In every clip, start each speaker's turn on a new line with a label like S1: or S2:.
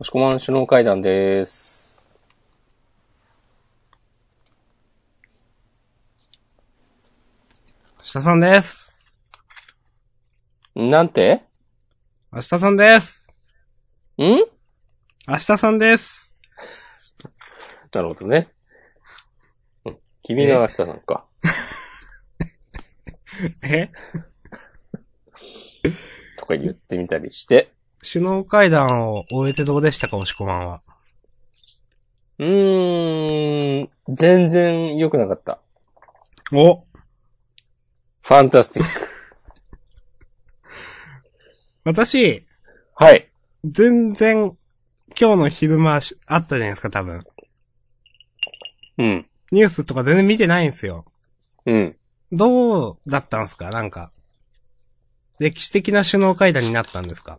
S1: しこまん首脳会談です。
S2: 明日さんです。
S1: なんて
S2: 明日さんです。
S1: んなる
S2: 明日さんです。
S1: ほどね。うん君の明日なんか。
S2: え
S1: とか言ってみたりして。
S2: 首脳会談を終えてどうでしたか、おしこまんは。
S1: うーん、全然良くなかった。フ
S2: お
S1: ァンタスティック。
S2: 私、
S1: はい。
S2: 全然、今日の昼間し、あったじゃないですか、多分。
S1: うん。
S2: ニュースとか全然見てないんですよ。
S1: うん。
S2: どうだったんですかなんか。歴史的な首脳会談になったんですか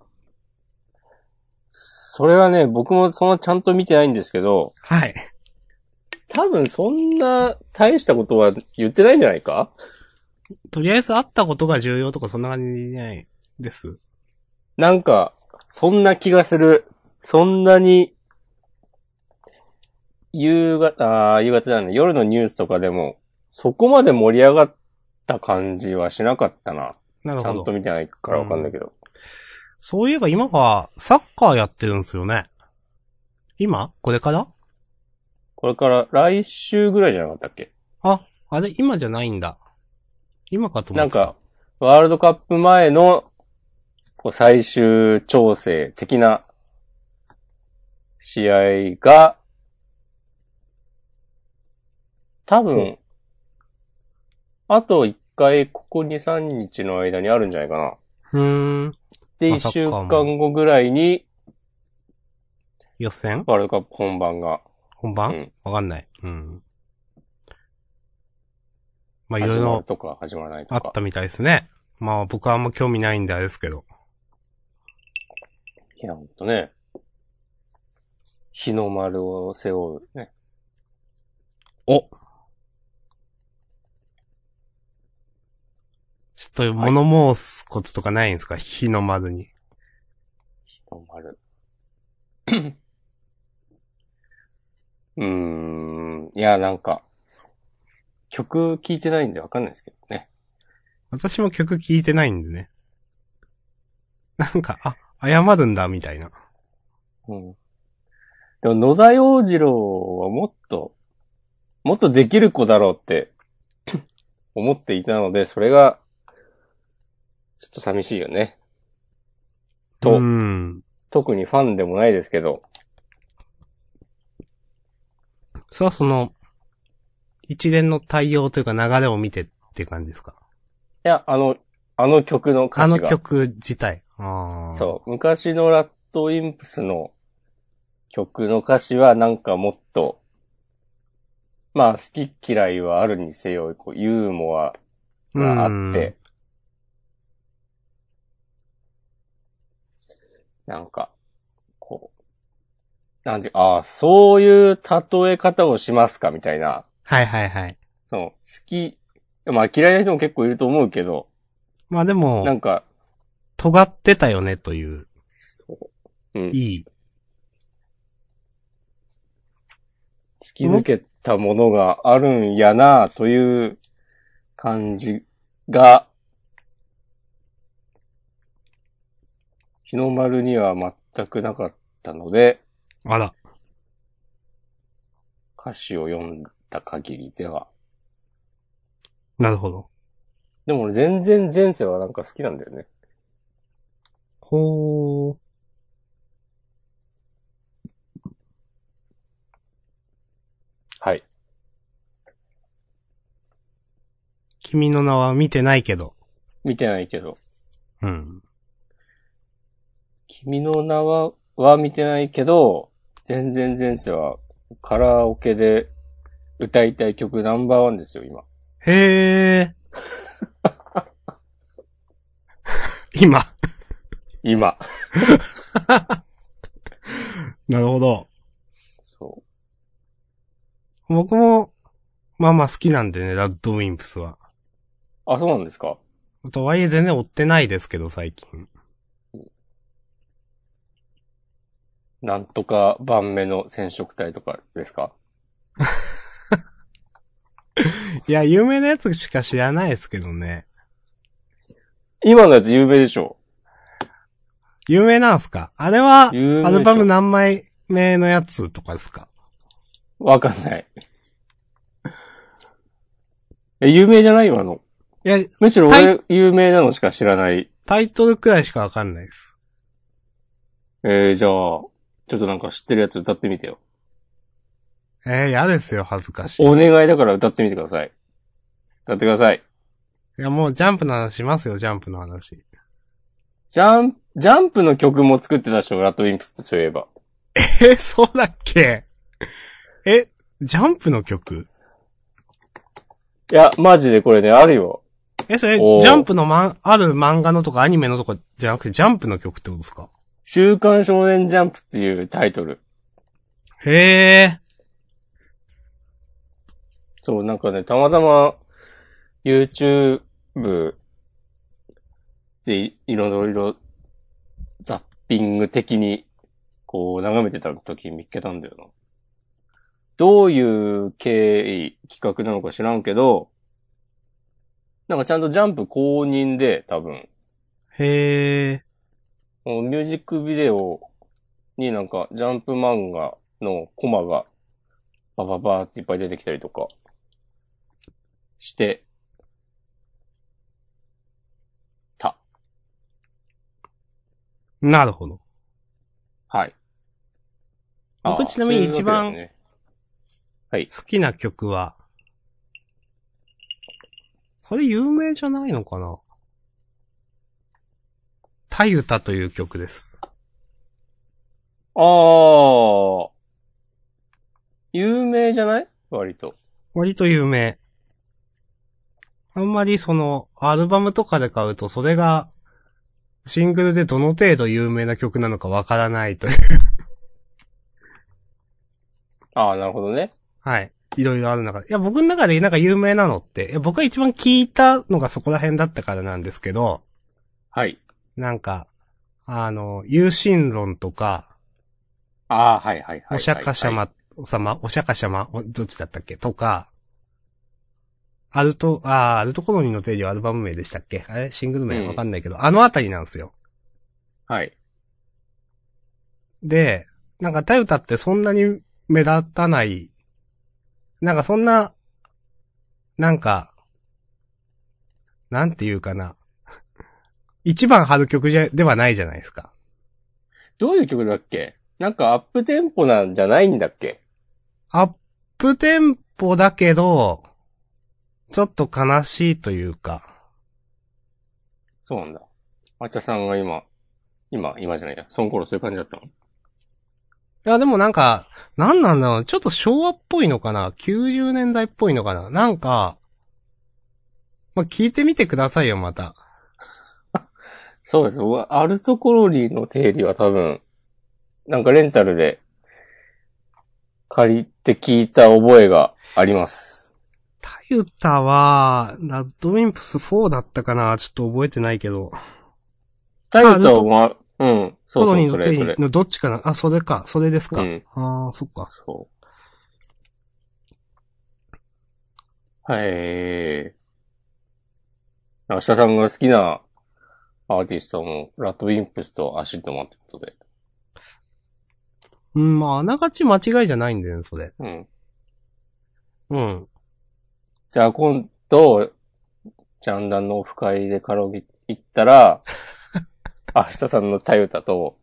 S1: それはね、僕もそんなちゃんと見てないんですけど、
S2: はい。
S1: 多分そんな大したことは言ってないんじゃないか
S2: とりあえず会ったことが重要とかそんな感じじゃないです。
S1: なんか、そんな気がする。そんなに、夕方、あー夕方じゃない、夜のニュースとかでも、そこまで盛り上がった感じはしなかったな。
S2: なる
S1: ちゃん
S2: ほ
S1: と
S2: ど。
S1: 見てないからわかんないけど。
S2: そういえば今は、サッカーやってるんですよね。今これから
S1: これから来週ぐらいじゃなかったっけ
S2: あ、あれ、今じゃないんだ。今かと思
S1: な
S2: っ
S1: ん
S2: てた。
S1: か、ワールドカップ前のこう最終調整的な試合が、多分、あと1回、ここ2、3日の間にあるんじゃないかな。
S2: うーん。
S1: で、
S2: まあ
S1: 1
S2: サッ
S1: 週
S2: カーも
S1: 間後ぐらいに、
S2: 予選
S1: ワールドカップ本番が。
S2: 本
S1: う
S2: 番
S1: ん。
S2: わかんない。うん。まあ、いろい
S1: 始まる
S2: ろ
S1: とか、始まらない
S2: あ
S1: と
S2: っ
S1: か。
S2: たみたいですね。まあ、僕はあんま興味ないんであれですけど。
S1: いや、ほんとね。日の丸を背負うね。
S2: おちょっと物申すこととかないんですか、日の丸に。
S1: 日の丸。 うーん。いや、なんか、曲聴いてないんでわかんないですけどね。
S2: 私も曲聴いてないんでね。なんか、あ、謝るんだ、みたいな。
S1: うん。でも、野田洋次郎はもっと、もっとできる子だろうって、 思っていたので、それが、ちょっと寂しいよね。と、
S2: うん。
S1: 特にファンでもないですけど。
S2: それはその、一連の対応というか流れを見てっていう感じですか
S1: いや、あの、あの曲の歌
S2: あ
S1: 詞が。
S2: の曲自体。ああ。
S1: そう。昔のラットインプスの曲の歌詞はなんかもっと、まあ好き嫌いはあるにせよ、こうユーモアがあって、なんか、こう、なんていうああ、そういう例え方をしますかみたいな、
S2: はいはいはい。
S1: その、好き、まあ嫌いな人も結構いると思うけど、
S2: まあで
S1: な
S2: も、
S1: んか、
S2: 尖ってたよねという、
S1: そううん、
S2: いい。
S1: 突き抜けたものがあるんやなという感じが、日の丸には全くなかったので、
S2: あら。
S1: 歌詞を読んだ限りでは。
S2: なるほど。
S1: でも俺全然前世はなんか好きなんだよね。
S2: ほー。
S1: はい。
S2: 君の名は見てないけど。
S1: 見てないけど。
S2: うん。
S1: 君の名は、は見てないけど、全然前世はカラオケで歌いたい曲ナンバーワンですよ、今。
S2: へー。 今。
S1: 今。
S2: なるほど。
S1: そう。
S2: 僕も、まあまあ好きなんでね、ラッドウィンプスは。
S1: あ、そうなんですか
S2: とはいえ全然追ってないですけど、最近。
S1: なんとか晩目の染色体とかですか
S2: いや、有名なやつしか知らないですけどね。
S1: 今のやつ有名でしょ
S2: 有名なんすかあれは、
S1: 有名でしょ
S2: アルバム何枚目のやつとかですか
S1: わかんない。え、有名じゃない今の。
S2: いや、
S1: むしろ俺、有名なのしか知らない。
S2: タイトルくらいしかわかんないです。
S1: えー、じゃあ、ちょっとなんか知ってるやつ歌ってみてよ。
S2: えー、嫌ですよ、恥ずかしい。い
S1: お願いだから歌ってみてください。歌ってください。
S2: や、もうジャンプの話しますよ、ジャンプの 話。
S1: ジャン、ジャンプの曲も作ってたでしょ、ラッドウィンプスといえば。
S2: えー、そうだっけえ、ジャンプの曲
S1: いや、マジでこれね、あるよ。
S2: え、それ、ジ
S1: おー
S2: ャンプのまん、ある漫画のとかアニメのとかじゃなくて、ジャンプの曲ってことですか
S1: 週刊少年ジャンプっていうタイトル。
S2: へえ。
S1: そう、なんかね、たまたま、YouTube でいいろいろ、ザッピング的に、こう、眺めてた時見っけたんだよな。どういう経緯、企画なのか知らんけど、なんかちゃんとジャンプ公認で、多分、
S2: へえ。
S1: もうミュージックビデオになんかジャンプ漫画のコマがバババーっていっぱい出てきたりとかしてた。
S2: なるほど。
S1: はい。
S2: 僕
S1: ああ
S2: ちなみに一番
S1: そういうわけだよね
S2: 好きな曲は、これ有名じゃないのかなタユタという曲です。
S1: ああ、有名じゃない割と。
S2: 割と有名。あんまりその、アルバムとかで買うと、それが、シングルでどの程度有名な曲なのかわからないという。
S1: ああ、なるほどね。
S2: はい。いろいろある中で。いや、僕の中でなんか有名なのって、いや僕が一番聞いたのがそこら辺だったからなんですけど、
S1: はい。
S2: なんか、あの、有心論とか、
S1: ああ、はいはいはいはい。
S2: お釈迦様様、お釈迦様、おどっちだったっけとか、アルト、あーアルトコロニーの定理はアルバム名でしたっけあれシングル
S1: うん
S2: 名わかんないけど、あのあたりなんですよ。
S1: はい。
S2: で、なんかタユタってそんなに目立たない、なんかそんな、なんか、なんていうかな。一番張る曲じゃ、ではないじゃないですか。
S1: どういう曲だっけなんかアップテンポなんじゃないんだっけ
S2: アップテンポだけど、ちょっと悲しいというか。
S1: そうなんだ。あちゃさんが今、今、今じゃないや。その頃そういう感じだったの
S2: いや、でもなんか、なんなんだろうなちょっと昭和っぽいのかな ?90 年代っぽいのかななんか、まあ、聞いてみてくださいよ、また。
S1: そうです。僕アルトコロリーの定理は多分、なんかレンタルで借りて聞いた覚えがあります。
S2: タユタは、ラッドウィンプス4だったかなちょっと覚えてないけど。
S1: タイトルは、うん、そ
S2: コ
S1: う
S2: ロ
S1: そ
S2: ニ
S1: う、
S2: ー
S1: そ
S2: の
S1: れ、
S2: 定
S1: そ
S2: 理
S1: れ。
S2: のどっちかなあ、それか。それですか。
S1: うん
S2: ああ、そっか。
S1: そう。はい。明日さんが好きなアーティストも、ラッドウィンプスとアシッドマンってことで。
S2: うん、まあ、あながち間違いじゃないんだよね、それ。
S1: うん。
S2: うん。
S1: じゃあ今度、ジャンダンのオフ会でカラオケ行った ら、明日さんのタユタと、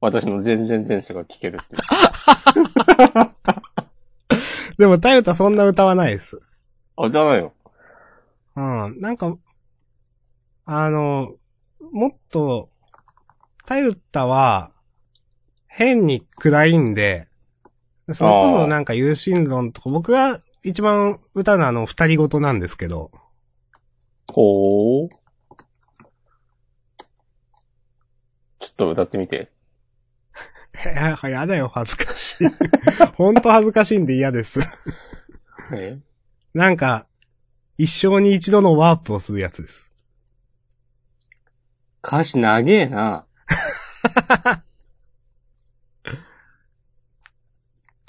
S1: 私の全然前世が聴けるっていう。
S2: でもタユタそんな歌わないです。
S1: あ、歌わないよ。
S2: うん。なんか、あの、もっと、タユタは、変に暗いんで、それこそなんか有心論とか、僕が一番歌うのはあの、二人ごとなんですけど、
S1: ほー。ちょっと歌ってみて。
S2: や、やだよ、恥ずかしい。 ほんと恥ずかしいんで嫌です。
S1: え
S2: なんか、一生に一度のワープをするやつです。
S1: 歌詞長えな。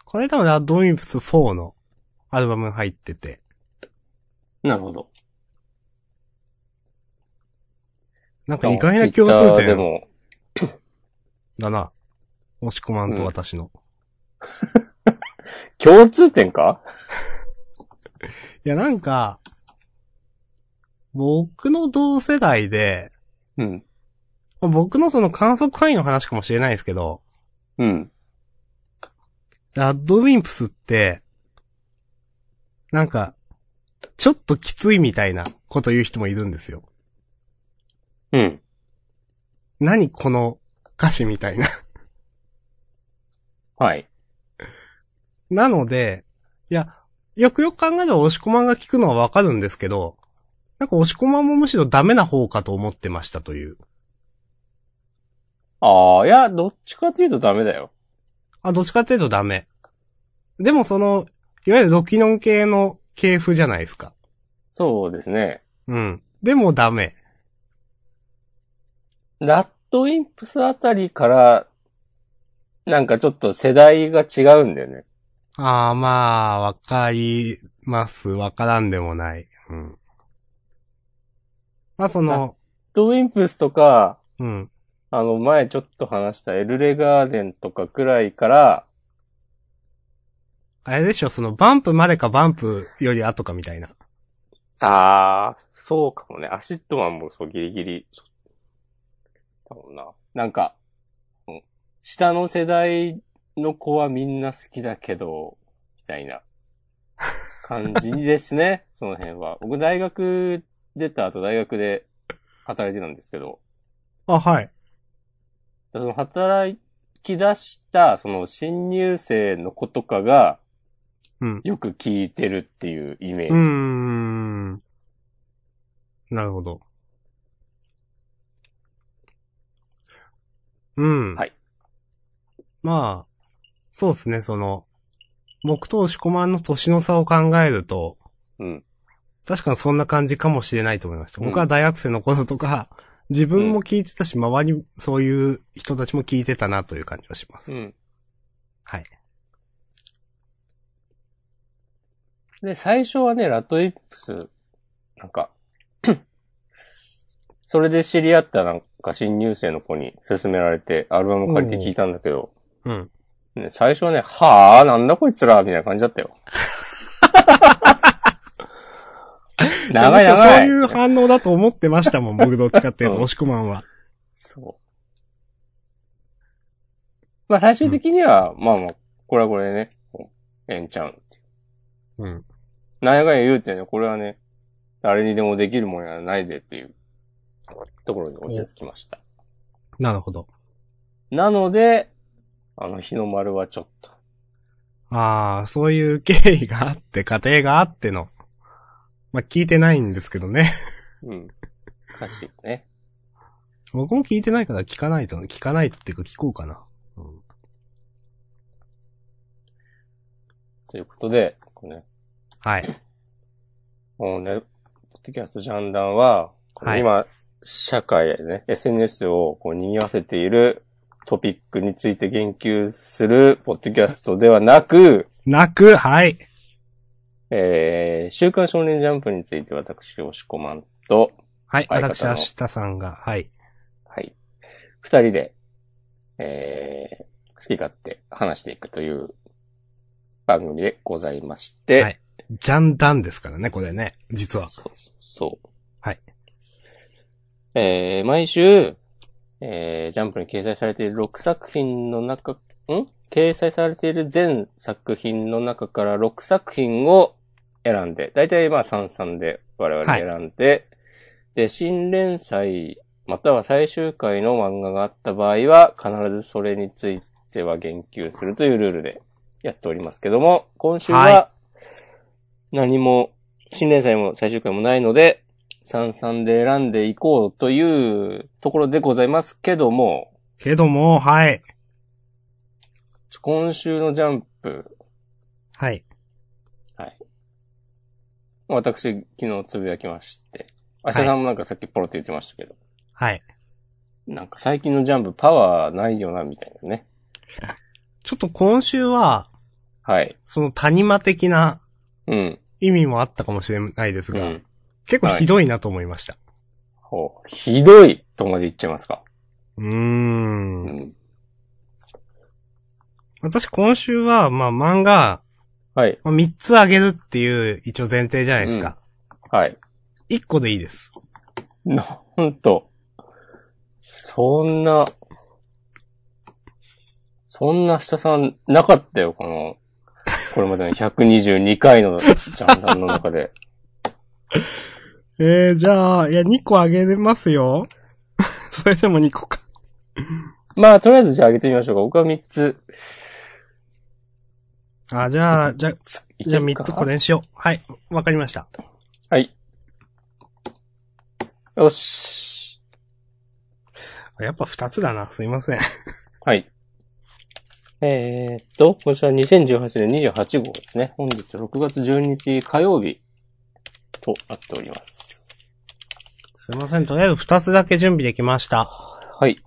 S2: これ多分、ドインプス4のアルバム入ってて。
S1: なるほど。
S2: なんか意外な共通
S1: Twitter で
S2: 点
S1: も、
S2: だな。押し込まんと私の。
S1: 共通点か
S2: いや、なんか、僕の同世代で、
S1: うん。
S2: まあ僕のその観測範囲の話かもしれないですけど、
S1: うん。
S2: ラッドウィンプスって、なんか、ちょっときついみたいなこと言う人もいるんですよ。
S1: うん。
S2: 何この歌詞みたいな。
S1: はい。
S2: なので、いや、よくよく考えたら押し込まんが聞くのはわかるんですけど、なんか押し込まんもむしろダメな方かと思ってましたという。
S1: ああ、いや、どっちかというとダメだよ。
S2: あ、どっちかっていうとダメ。でもその、いわゆるロキノン系の系譜じゃないですか。
S1: そうですね。
S2: うん。でもダメ。
S1: ラッドインプスあたりから、なんかちょっと世代が違うんだよね。
S2: ああ、まあ、わかります。わからんでもない。うん。まあ、その、
S1: ラッドインプスとか、
S2: うん。
S1: あの、前ちょっと話したエルレガーデンとかくらいから、
S2: あれでしょ、その、バンプまでかバンプより後かみたいな。
S1: ああ、そうかもね。アシッドマンもそうギリギリ、そうだもんな。なんか、うん下の世代の子はみんな好きだけど、みたいな感じです ね。その辺は。僕大学出た後大学で働いてたんですけど、
S2: あ、はい。
S1: その働き出した、その新入生の子とかが
S2: うん。
S1: よく聞いてるっていうイメージ。
S2: うーん。なるほど。うん。
S1: はい。
S2: まあ、そうですね、その、僕と押し込まんの年の差を考えると、
S1: うん。
S2: 確かにそんな感じかもしれないと思いました。
S1: うん
S2: 僕は大学生の頃とか、自分も聞いてたし、周りにそういう人たちも聞いてたなという感じはします。
S1: うん。
S2: はい。
S1: で、最初はね、ラトイップス、なんか、 それで知り合ったなんか新入生の子に勧められて、アルバム借りて聞いたんだけど、
S2: うん。
S1: ね、最初はね、はぁ、なんだこいつら、みたいな感じだ ったよ。長い
S2: むしろ
S1: 長い。
S2: そういう反応だと思ってましたもん、僕どっちかっていうと、
S1: うん
S2: 押し込まんは。
S1: そう。まあ最終的には、まあまあ、これはこれでね、こうエンチャンっていう
S2: うん。
S1: なんやかんや言うてね、これはね、誰にでもできるもんやないでっていうところに落ち着きました。
S2: なるほど。
S1: なので、あの日の丸はちょっと。
S2: ああ、そういう経緯があって、家庭があっての。まあ、聞いてないんですけどね。
S1: うん。歌詞ね。
S2: 僕も聞いてないから聞かないと、聞かないとっていうか聞こうかな。うん。
S1: ということで、これね、
S2: はい。
S1: もうね、ポッドキャストジャンダンは、この
S2: はい
S1: 今、社会やね、SNS をこう賑わせているトピックについて言及するポッドキャストではなく、
S2: 泣く、はい。
S1: えー、週刊少年ジャンプについて私、押し込まんと、
S2: はい。
S1: 相方の
S2: 私、明日さんが、はい。
S1: はい。二人で、えー、好き勝手話していくという番組でございまして。
S2: はいジャンダンですからね、これね。実は。
S1: そうそうそう。
S2: はい。
S1: えー、毎週、えー、ジャンプに掲載されている6作品の中、ん掲載されている全作品の中から6作品を選んで、だいたいまあ33で我々
S2: はい
S1: 選んで、で、新連載、または最終回の漫画があった場合は、必ずそれについては言及するというルールでやっておりますけども、今週
S2: は
S1: は、何も、新連載も最終回もないので、33で選んでいこうというところでございますけども、
S2: けども、はい。
S1: ちょ今週のジャンプ、
S2: はい。
S1: 私昨日つぶやきまして、明日さんもなんかさっきポロって言ってましたけど、
S2: はい。
S1: なんか最近のジャンプパワーないよな、みたいなね。
S2: ちょっと今週は、
S1: はい。
S2: その谷間的な
S1: うん。
S2: 意味もあったかもしれないです
S1: う
S2: が、
S1: ん。
S2: 結構ひどいなと思いました。
S1: ほう。ひどいとまで言っちゃいますか。
S2: うー。
S1: うんん。
S2: 私今週は、まあ漫画、
S1: はい。
S2: まあ、3つあげるっていう一応前提じゃないですか。
S1: はい。
S2: 1個でいいです。
S1: なんと、そんな、そんな下さんなかったよ、この、これまでの122回のジャンダンの中 で。
S2: えー、じゃあ、いや、2個あげれますよ。 それでも2個か。
S1: まあ、とりあえずじゃあ上げてみましょうか。僕は3つ。
S2: あ、じゃあ、じゃあ、
S1: いけ
S2: じゃあ
S1: る
S2: 3
S1: か
S2: つこれにしよう。はい。わかりました。
S1: はい。よし。
S2: やっぱ2つだな。すいません。
S1: はい。えー、っと、こちら2018年28号ですね。本日6月12日火曜日となっております。
S2: すいません。とりあえず2つだけ準備できました。
S1: はい。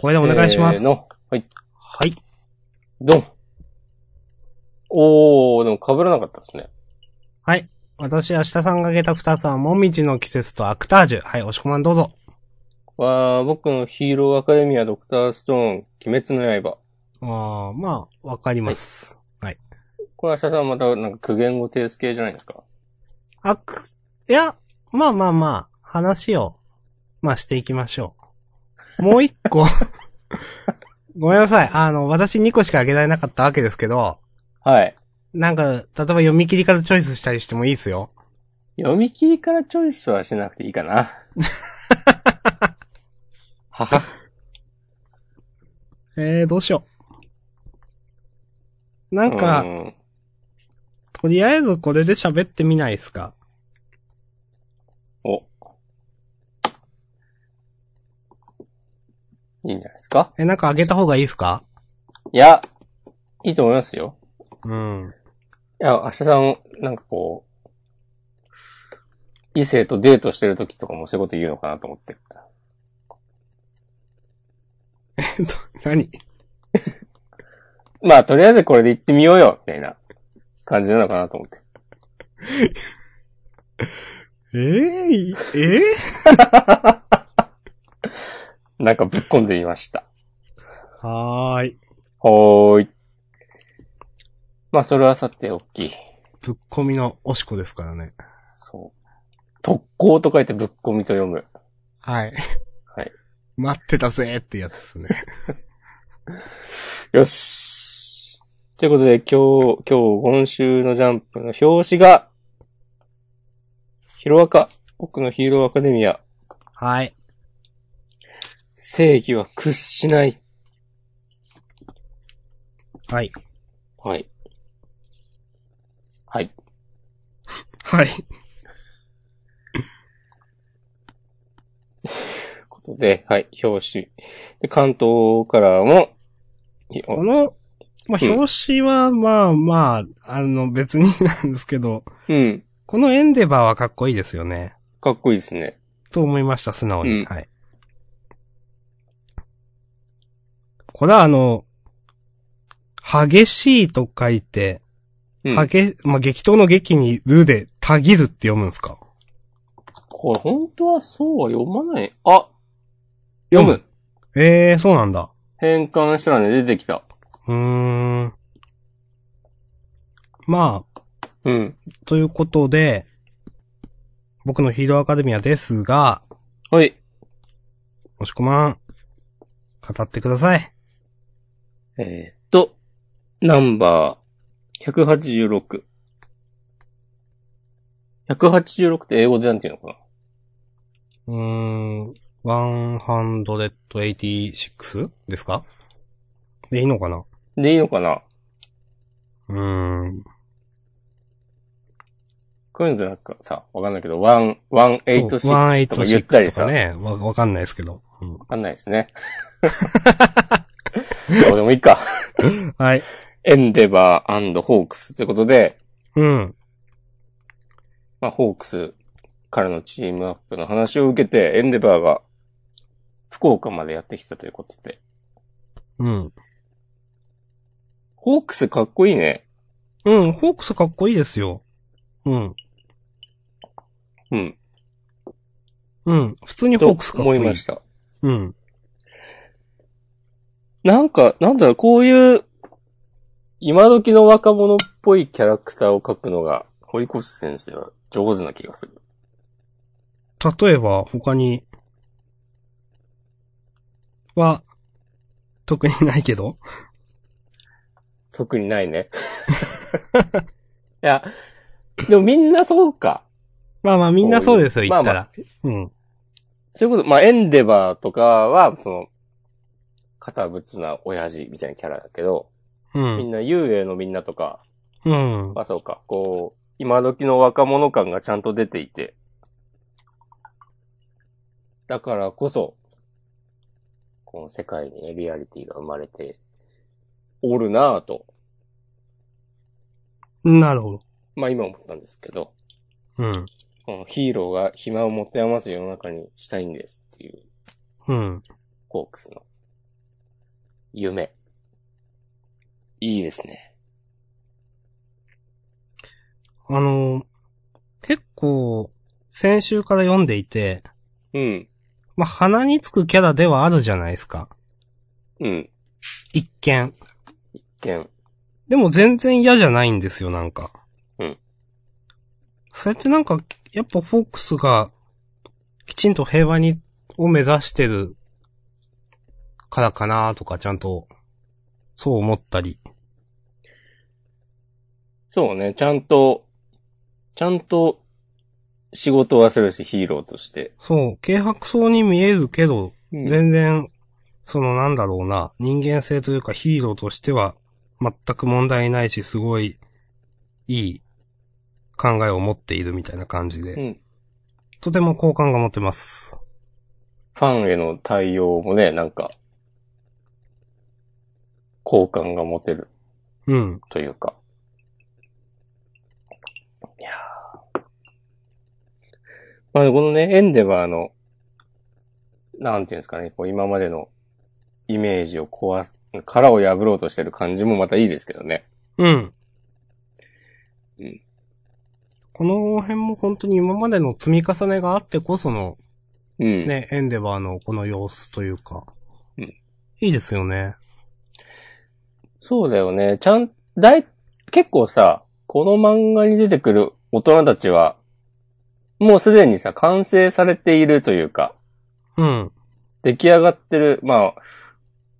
S2: これでお願いします。
S1: せーの。はい。
S2: はい。
S1: ドン。おー、でも被らなかったですね。
S2: はい。私、明日さんが挙げた2つは、もみじの季節とアクタージュ。はい、押し込まんどうぞ。
S1: わー、僕のヒーローアカデミア、ドクターストーン、鬼滅の刃。
S2: ああ、まあ、わかります。
S1: これは明日さんまたなんか苦言語定数系じゃないですか。
S2: あく、いや、まあまあまあ、話を、まあしていきましょう。もう一個。 ごめんなさい。あの、私2個しかあげられなかったわけですけど、
S1: はい。
S2: なんか、例えば読み切りからチョイスしたりしてもいいですよ。
S1: 読み切りからチョイスはしなくていいか な。はは。
S2: えー、どうしよう。なんか、
S1: うん
S2: とりあえずこれで喋ってみないですか。
S1: お。いいんじゃないですか
S2: え、なんかあげた方がいいですか
S1: いや、いいと思いますよ。
S2: うん。
S1: いや、明日さん、なんかこう、異性とデートしてる時とかもそういうこと言うのかなと思って。
S2: えっと、 何
S1: まあ、とりあえずこれで行ってみようよ、みたいな感じなのかなと思って。
S2: えー、えー、
S1: なんかぶっ込んでみました。
S2: はーい。
S1: ほーい。まあ、それはさておき。
S2: ぶっこみのおしこですからね。
S1: そう。特攻と書いてぶっ込みと読む。
S2: はい。
S1: はい。
S2: 待ってたぜーってやつですね。
S1: よし。ということで、今日、今日、今週のジャンプの表紙が、ヒロアカ、僕のヒーローアカデミア、
S2: はい。
S1: 正義は屈しない。
S2: はい。
S1: はい。はい。
S2: はい。
S1: ということで、はい、表紙。で、関東からも、い
S2: こ
S1: お
S2: の、まあ、
S1: うん
S2: 表紙は、まあまあ、あの、別になんですけど、
S1: うん、
S2: このエンデバーはかっこいいですよね。
S1: かっこいいですね。
S2: と思いました、素直に。
S1: うん
S2: はい。これはあの、激しいと書いて、
S1: うん、
S2: 激、まあ、激闘の激にるで、たぎるって読むんですか
S1: これ、本当はそうは読まない。あ読む
S2: ええー、そうなんだ。
S1: 変換したらね、出てきた。
S2: うーん。まあ、
S1: うん。
S2: ということで、僕のヒーローアカデミアですが、
S1: はい。
S2: もしこまん、語ってください。
S1: えーっと、ナンバー186。186って英語でなんていうのかな
S2: うーん、186ですかでいいのかな
S1: でいいのかな
S2: うーん。
S1: こういうのってなんかさ、わかんないけど、1、186とか言ったり
S2: 186と
S1: さ、
S2: か
S1: わ、
S2: ね、わ、わかんないですけど。
S1: かんないですね。 どうでもいいか。
S2: うん、はい。
S1: エンデバーホークスということで、
S2: うん。
S1: まあ、ホークスからのチームアップの話を受けて、エンデバーが福岡までやってきたということで。
S2: うん。
S1: ホークスかっこいいね。
S2: うん、ホークスかっこいいですよ。うん。
S1: うん。
S2: うん。普通にホ
S1: と
S2: ークスかっこ
S1: 思
S2: いい。
S1: いました。
S2: うん。
S1: なんか、なんだろう、こういう、今時の若者っぽいキャラクターを描くのが、堀越先生は上手な気がする。
S2: 例えば、他に、は、特にないけど。
S1: 特にないね。 いや、でもみんなそうか。
S2: まあまあ、みんなそうですよ、
S1: ま
S2: 言
S1: あ
S2: っ
S1: ま
S2: た
S1: あ
S2: ら。うん。
S1: そういうこと、まあ、エンデバーとかは、その、堅物な親父みたいなキャラだけど、
S2: う
S1: みん
S2: ん。
S1: な幽霊のみんなとか、
S2: うん
S1: ま。あそうか、こう、今時の若者感がちゃんと出ていて、だからこそ、この世界にね、リアリティが生まれておるなぁと、
S2: なるほど。
S1: まあ今思ったんですけど、
S2: うん。
S1: このヒーローが暇を持て余す世の中にしたいんですっていう、
S2: うん。
S1: コークスの夢。いいですね。
S2: あのー結構、先週から読んでいて、
S1: うん、
S2: まあ、鼻につくキャラではあるじゃないですか。
S1: うん、
S2: 一見。
S1: けん。
S2: でも全然嫌じゃないんですよ、なんか。
S1: うん。
S2: それってなんか、やっぱフォークスが、きちんと平和に、を目指してる、からかなとか、ちゃんと、そう思ったり。
S1: そうね、ちゃんと、ちゃんと仕事はするし、ヒーローとして。
S2: そう、軽薄そうに見えるけど、
S1: うん
S2: 全然、そのなんだろうな、人間性というかヒーローとしては全く問題ないし、すごいいい考えを持っているみたいな感じで、
S1: うん。
S2: とても好感が持てます。
S1: ファンへの対応もね、なんか、好感が持てる
S2: うん。
S1: というか。いやーまあ、このね、エンデバーの、なんていうんですかね、こう今までのイメージを壊す、殻を破ろうとしてる感じもまたいいですけどね。
S2: うん。
S1: うん
S2: この辺も本当に今までの積み重ねがあってこその、
S1: うん。
S2: ね、エンデバーのこの様子というか、
S1: うん
S2: いいですよね。
S1: そうだよね。ちゃん、だい、結構さ、この漫画に出てくる大人たちは、もうすでにさ、完成されているというか、
S2: うん。
S1: 出来上がってる、まあ、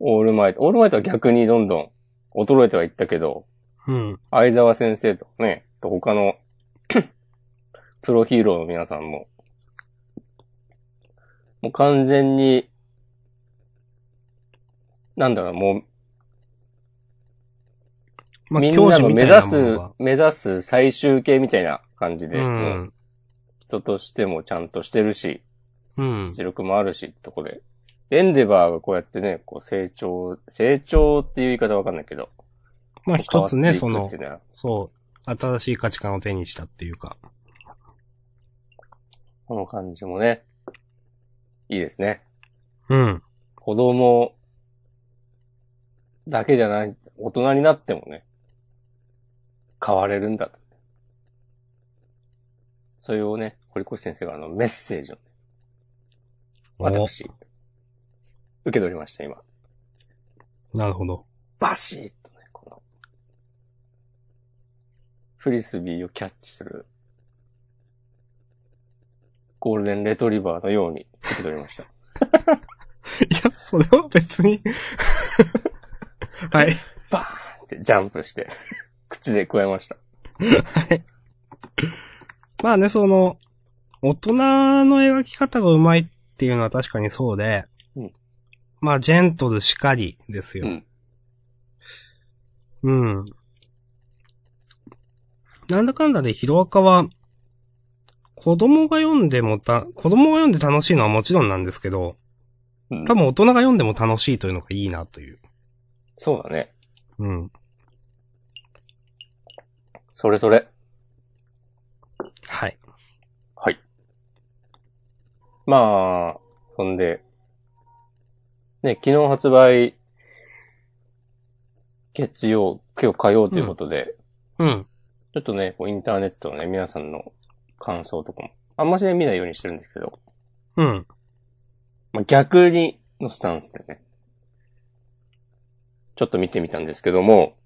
S1: オールマイト、オールマイトは逆にどんどん衰えてはいったけど、
S2: うん。
S1: 相沢先生とかね、と他の プロヒーローの皆さんも、もう完全に、なんだろう、もう
S2: まあ、
S1: みん
S2: 教
S1: な
S2: 授
S1: の
S2: み
S1: 目
S2: たい
S1: 指
S2: なもの
S1: す
S2: が。、
S1: 目指す最終形みたいな感じで、
S2: う。
S1: もうん人としてもちゃんとしてるし、
S2: うん。
S1: 出力もあるしってとこで。エンデバーがこうやってね、こう成長、成長っていう言い方わかんないけど。
S2: まあ一つね、そ
S1: 変わ
S2: の
S1: ってい、くっていうは
S2: そう、新しい価値観を手にしたっていうか。
S1: この感じもね、いいですね。
S2: うん。
S1: 子供だけじゃない、大人になってもね、変われるんだと。それをね、堀越先生からのメッセージを私、受け取りました、今。
S2: お。なるほど。
S1: バシッとね、この、フリスビーをキャッチする、ゴールデンレトリバーのように受け取りました。
S2: いや、それは別に。 はい。
S1: バーンってジャンプして、 口で加えました。
S2: まあね、その、大人の描き方がうまいっていうのは確かにそうで、
S1: うん
S2: まあ、ジェントルしかりです
S1: う
S2: よ。
S1: ん。
S2: うん。なんだかんだでヒロアカは、子供が読んでもた、子供が読んで楽しいのはもちろんなんですけど、
S1: うん
S2: 多分大人が読んでも楽しいというのがいいなという。
S1: そうだね。
S2: うん。
S1: それそれ。
S2: はい。
S1: はい。まあ、そんで、ね、昨日発売、月曜、今日火曜ということで、
S2: ううん。
S1: ちょっとね、こうインターネットのね、皆さんの感想とかも、あんましね、見ないようにしてるんですけど、
S2: うん。
S1: まあ、逆にのスタンスでね、ちょっと見てみたんですけども、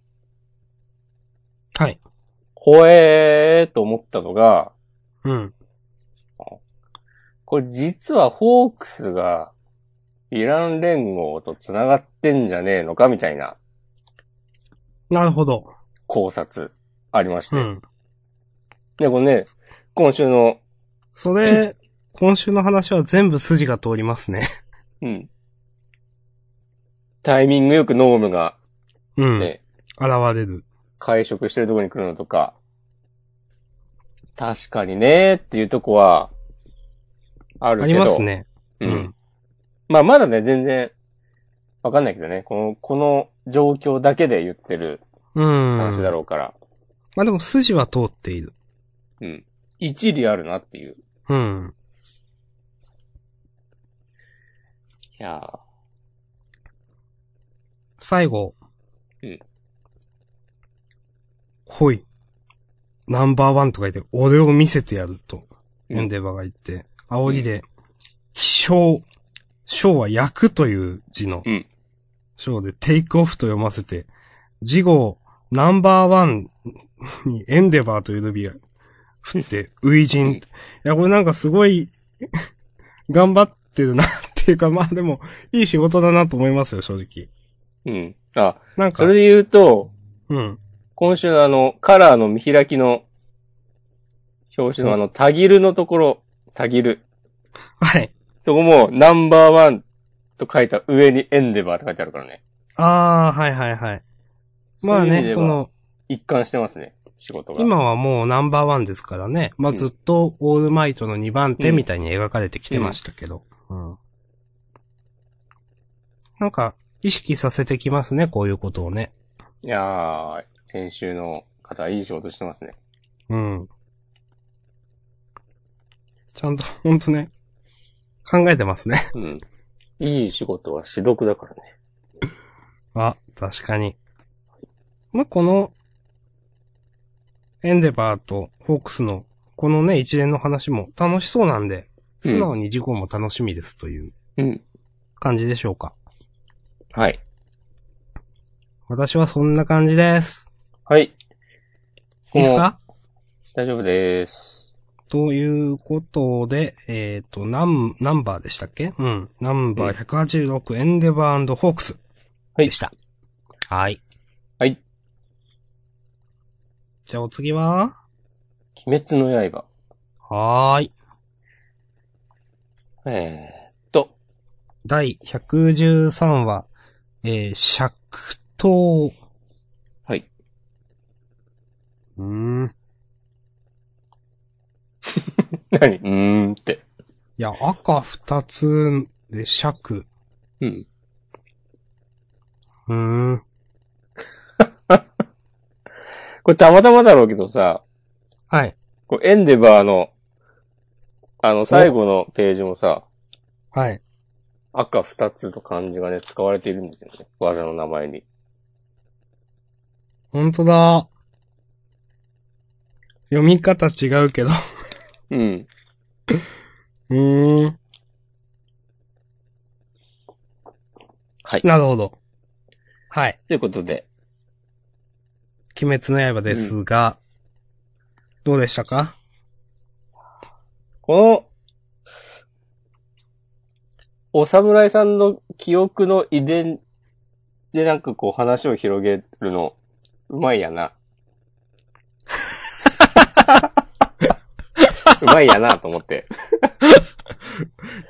S2: はい。
S1: 怖えーと思ったのが、
S2: うん。
S1: これ実はホークスがイラン連合と繋がってんじゃねえのかみたいな
S2: なるほど。
S1: 考察ありまして。
S2: うん。
S1: で、これね、今週の、
S2: それ、今週の話は全部筋が通りますね。
S1: うん。タイミングよくノームが
S2: うん。現
S1: ね、
S2: れる。
S1: 会食してるとこに来るのとか、確かにねっていうとこは、ある
S2: あ
S1: け
S2: り
S1: ど。
S2: ますね。
S1: う
S2: うんん。
S1: まあまだね、全然、わかんないけどね、この、この状況だけで言ってる
S2: うん。
S1: 話だろうから、
S2: まあでも筋は通っている。
S1: 一理あるなっていう。
S2: うん。
S1: いやー
S2: 最後。
S1: うん。
S2: ほい。ナンバーワンとか言って、俺を見せてやると、
S1: うん
S2: オンデバが言って、煽りで、飛翔。翔は焼くという字の
S1: うん、
S2: 翔でテイクオフと読ませて、次号、ナンバーワンにエンデバーというルビが振って、初
S1: うん
S2: 陣。いや、これなんかすごい、 頑張ってるなっていうか、まあでも、いい仕事だなと思いますよ、正直。
S1: うん。あ、
S2: なんか、
S1: それで言うと、
S2: うん。
S1: 今週のあの、カラーの見開きの、表紙のあの、タギルのところ、タギル。
S2: はい。
S1: そこも、ナンバーワンと書いた上にエンデバーって書いてあるからね。
S2: ああ、はいはいはい。まあ
S1: ういう意味
S2: ね、
S1: で
S2: そ
S1: は、
S2: の、
S1: 一貫してますね、仕事が。
S2: 今はもうナンバーワンですからね。まあ
S1: うん
S2: ずっとオールマイトの2番手
S1: うん
S2: みたいに描かれてきてましたけど。うん。なんか、意識させてきますね、こういうことをね。
S1: いやー、編集の方、いい仕事してますね。
S2: うん。ちゃんと、ほんとね、考えてますね。
S1: うん。いい仕事は私読だからね。
S2: あ、確かに。まあ、この、エンデバーとホークスの、このね、一連の話も楽しそうなんで、
S1: うん
S2: 素直に事故も楽しみですという
S1: うん。
S2: 感じでしょうか。
S1: はい。
S2: 私はそんな感じです。
S1: はい。
S2: いいですか
S1: 大丈夫です。
S2: ということで、えっ、と、ナン、ナンバーでしたっけうん。ナンバー186、エンデバーホークス
S1: はい
S2: でした。はい。
S1: はい。
S2: じゃあお次は
S1: 鬼滅の刃。
S2: はーい。
S1: えーっと、
S2: 第113話、えー、尺闘。
S1: はい。
S2: うん。い
S1: 何うーんって。
S2: や、赤二つで尺。
S1: うん。
S2: うーん。
S1: これたまたまだろうけどさ、
S2: はい。
S1: こうエンデバーの、あの、最後のページもさ、
S2: はい。
S1: 赤二つの漢字がね、使われているんですよね。技の名前に。
S2: ほんとだ。読み方違うけど。
S1: うん。
S2: うーん。
S1: はい
S2: なるほど。はい。
S1: ということで、
S2: 鬼滅の刃ですが、どうでしたか
S1: この、お侍さんの記憶の遺伝でなんかこう話を広げるの、うまいやな。うまいやなと思って。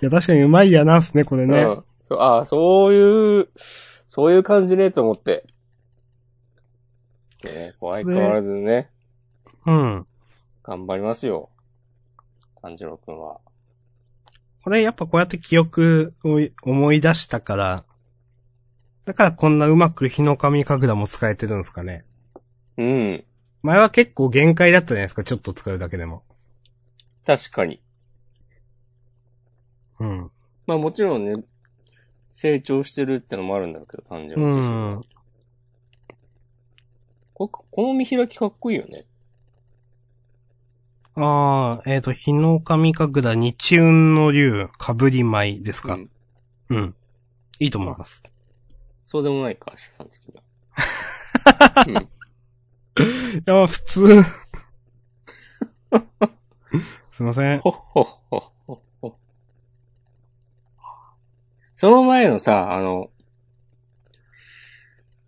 S2: いや、確かにうまいやなっすね、これね。
S1: うん。そうああ、そういう、そういう感じね、と思って。えー、怖い変わらずね、
S2: うん。
S1: 頑張りますよ。炭治郎くんは。
S2: これやっぱこうやって記憶を思い出したから、だからこんなうまく日の神神楽も使えてるんですかね。
S1: うん。
S2: 前は結構限界だったじゃないですか、ちょっと使うだけでも。
S1: 確かに。
S2: うん。
S1: まあもちろんね、成長してるってのもあるんだろうけど、炭治郎
S2: う
S1: 自身が
S2: ん。
S1: これ、この見開きかっこいいよね。
S2: ああ、えっ、と、日の神神楽日雲の竜、かぶり舞ですか、
S1: う
S2: うんん、いいと思います。
S1: そうでもないか、社さん的には。 うん
S2: いや、普通。 すいません。
S1: ほっほっほっほっほ。その前のさ、あの、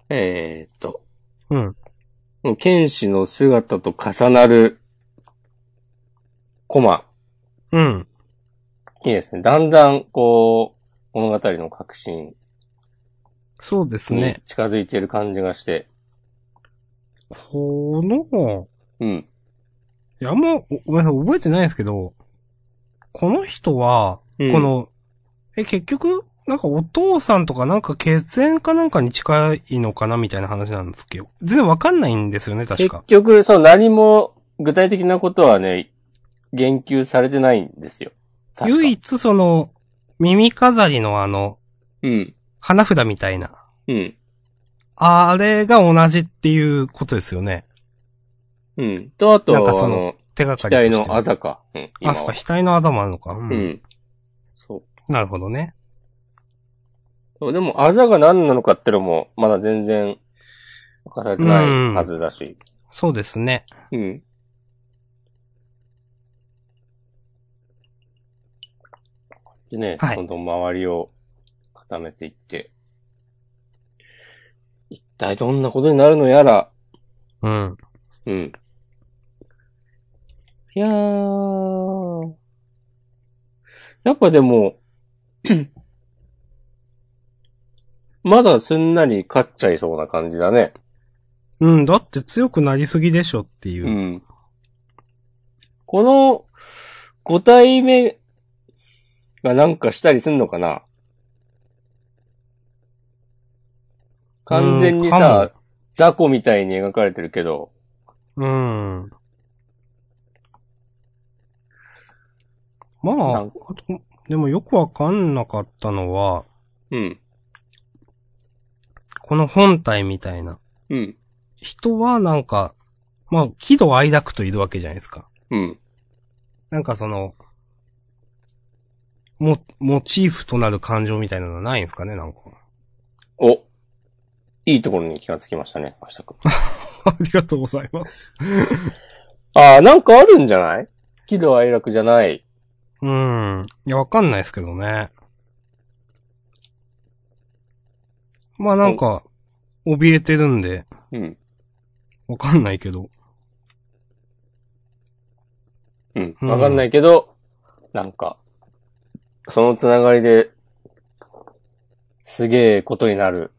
S1: えー、っと、
S2: うん。
S1: もう剣士の姿と重なる、コマ。
S2: うん。
S1: いいですね。だんだん、こう、物語の核心
S2: そうです
S1: に
S2: ね。
S1: 近づいている感じがして。
S2: この、
S1: うん。
S2: いや、あんま、おごめんなさい、覚えてないですけど、この人は、
S1: うん
S2: こ、の、え、結局、なんかお父さんとかなんか血縁かなんかに近いのかなみたいな話なんですけど、全然わかんないんですよね、確
S1: 結
S2: か。
S1: 局、そう、何も具体的なことはね、言及されてないんですよ。確か
S2: 唯一その、耳飾りのあの、
S1: うん。
S2: 花札みたいな。
S1: うん。
S2: あれが同じっていうことですよね。
S1: うん。と、あと、
S2: なんか
S1: あ
S2: その
S1: の、
S2: 手がか
S1: 機
S2: りとして
S1: 体のあざか。うん。今は
S2: あ、そっか、額のあざもあるのか。う。
S1: うんん。そう
S2: なるほどね。
S1: そう。でも、あざが何なのかってのも、まだ全然、明かされてないはずだし。
S2: そうですね。
S1: うん。でね、
S2: はい
S1: どんどん周りを固めていって、一体どんなことになるのやら、
S2: うん。
S1: うん。いやー。やっぱでも、 まだすんなり勝っちゃいそうな感じだね。
S2: うん、だって強くなりすぎでしょっていう。
S1: うん。この、5体目がなんかしたりすんのかな完全に
S2: うんか
S1: さ、雑魚みたいに描かれてるけど、
S2: うん。まあ、
S1: な
S2: あ
S1: ん
S2: とでもよくわかんなかったのは、
S1: うん、
S2: この本体みたいな
S1: うん、
S2: 人はなんか、まあ、喜怒哀楽といるわけじゃないですか。
S1: うん、
S2: なんかその、も、モチーフとなる感情みたいなのはないんですかね、なんか。
S1: お、いいところに気がつきましたね、明日くん。
S2: ありがとうございます。
S1: あー、なんかあるんじゃない喜怒哀楽じゃない。
S2: うん。いや、わかんないですけどね。まあなんか、怯えてるんで、
S1: うん、
S2: わかんないけど。
S1: うん、
S2: うん
S1: わかんないけど、なんか、そのつながりで、すげえことになる、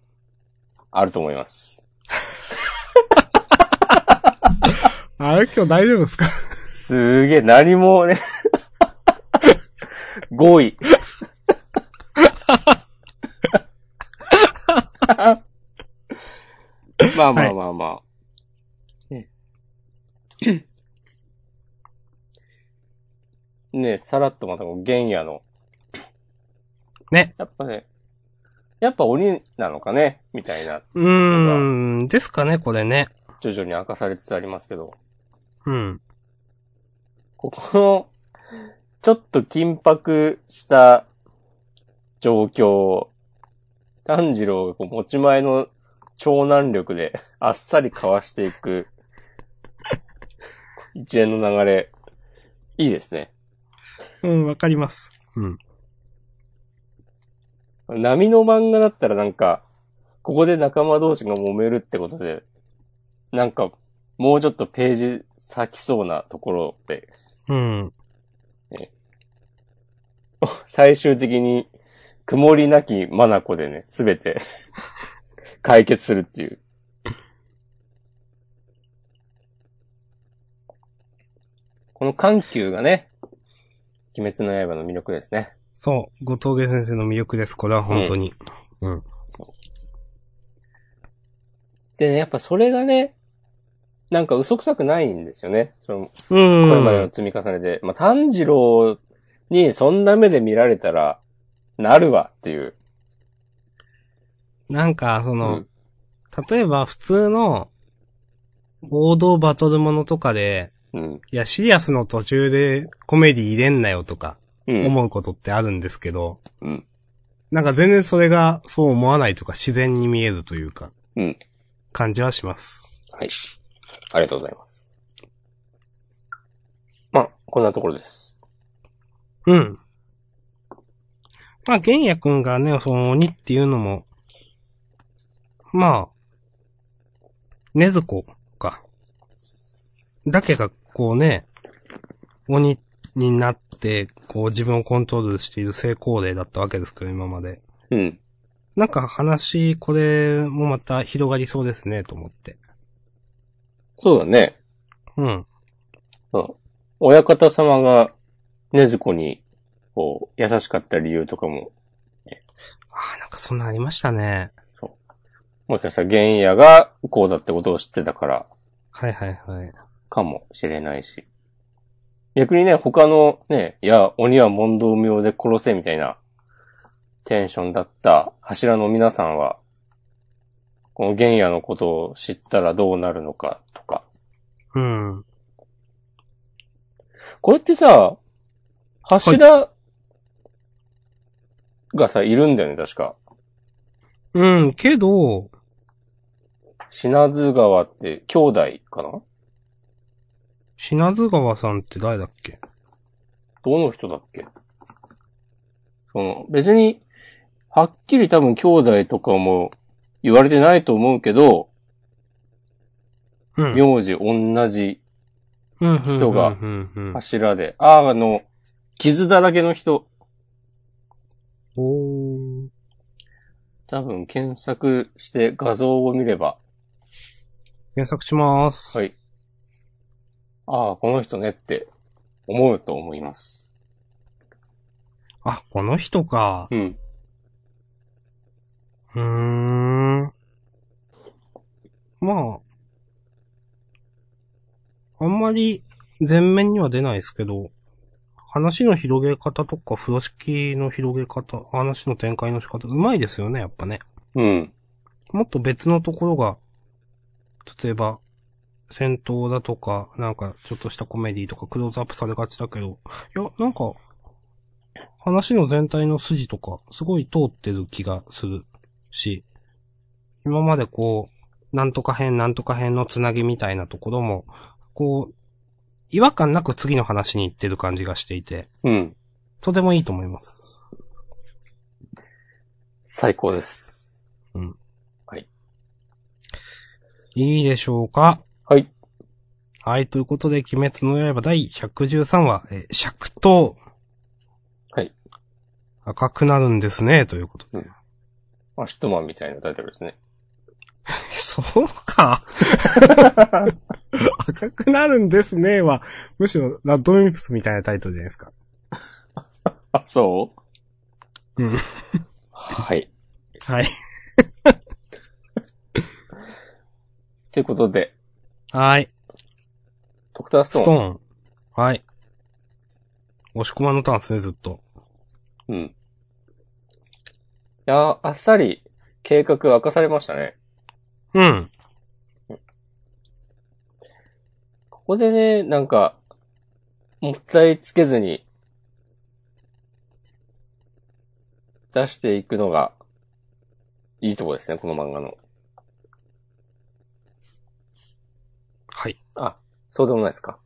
S1: あると思います。
S2: あれ今日大丈夫ですか
S1: すげえ、何もね、5位。まあまあまあまあ。ねねさらっとまたこう、玄野の。
S2: ね。
S1: やっぱね、やっぱ鬼なのかねみたいな、
S2: うーん、ですかね、これね。
S1: 徐々に明かされつつありますけど。
S2: うん。
S1: ここの、ちょっと緊迫した状況を、炭治郎がこう持ち前の超難力であっさりかわしていく、一連の流れ、いいですね。
S2: うん、わかります。うん。
S1: 波の漫画だったらなんか、ここで仲間同士が揉めるってことで、なんか、もうちょっとページ咲きそうなところで、
S2: うん。
S1: 最終的に、曇りなきマナコでね、すべて、 解決するっていう。この緩急がね、鬼滅の刃の魅力ですね。
S2: そう、後藤家先生の魅力です。これは本当に。
S1: でね、やっぱそれがね、なんか嘘くさくないんですよね。その
S2: うん。
S1: これまでの積み重ねで。まあ、炭治郎にそんな目で見られたら、なるわっていう。
S2: なんか、その、
S1: うん
S2: 例えば普通の、王道バトルものとかで、
S1: うん。
S2: いや、シリアスの途中でコメディ入れんなよとか、
S1: うん。
S2: 思うことってあるんですけど、
S1: うん。
S2: なんか全然それがそう思わないとか自然に見えるというか、
S1: うん。
S2: 感じはします。
S1: はい。ありがとうございます。まあ、こんなところです。
S2: うん。まあ、玄也くんがね、その鬼っていうのも、まあ、ねずこか。だけがこうね、鬼になって、こう自分をコントロールしている成功例だったわけですけど、今まで。
S1: うん。
S2: なんか話、これもまた広がりそうですね、と思って。
S1: そうだね。
S2: うん。
S1: うん。親方様が、ねずこに、こう、優しかった理由とかも、
S2: ああ、なんかそんなんありましたね。
S1: もしかしたら玄也がこうだってことを知ってたから、
S2: はいはいはい。
S1: かもしれないし。逆にね、他のね、いや、鬼は問答無用で殺せみたいなテンションだった柱の皆さんは、この玄也のことを知ったらどうなるのかとか。
S2: うん。
S1: これってさ、柱がさ、いるんだよね、確か。
S2: うん、けど、
S1: 品津川って兄弟かな
S2: 品津川さんって誰だっけ
S1: どの人だっけその、別に、はっきり多分兄弟とかも言われてないと思うけど、
S2: うん。
S1: 名字同じ人が
S2: うんうんうんうん
S1: 柱で、あーあの、傷だらけの人、
S2: おー
S1: 多分検索して画像を見れば、
S2: 検索します。
S1: はい。ああ、この人ねって思うと思います。
S2: あ、この人か。
S1: うん。
S2: うーん。まあ。あんまり前面には出ないですけど、話の広げ方とか、風呂敷の広げ方、話の展開の仕方、うまいですよね、やっぱね。
S1: うん。
S2: もっと別のところが、例えば、戦闘だとか、なんか、ちょっとしたコメディとか、クローズアップされがちだけど、いや、なんか、話の全体の筋とか、すごい通ってる気がするし、今までこう、なんとか編、なんとか編のつなぎみたいなところも、こう、違和感なく次の話に行ってる感じがしていて、
S1: うん。
S2: とてもいいと思います。
S1: 最高です。
S2: いいでしょうか
S1: はい。
S2: はい、ということで、鬼滅の刃第113話、えー、尺と、
S1: はい。
S2: 赤くなるんですね、ということで。
S1: アシュトマンみたいなタイトルですね。
S2: そうか。 赤くなるんですねは、むしろ、ラッドウィンプスみたいなタイトルじゃないですか。
S1: あ、そう
S2: うん。
S1: はい。
S2: はい。
S1: ということで、
S2: はい。
S1: ドクターストー
S2: ス
S1: ン。
S2: トーン。はい。押し込まのターンですね、ずっと。
S1: うん。いやー、あっさり計画が明かされましたね。
S2: うん。
S1: ここでね、なんか、もったいつけずに、出していくのが、いいとこですね、この漫画の。
S2: はい。
S1: あ、そうでもないですか。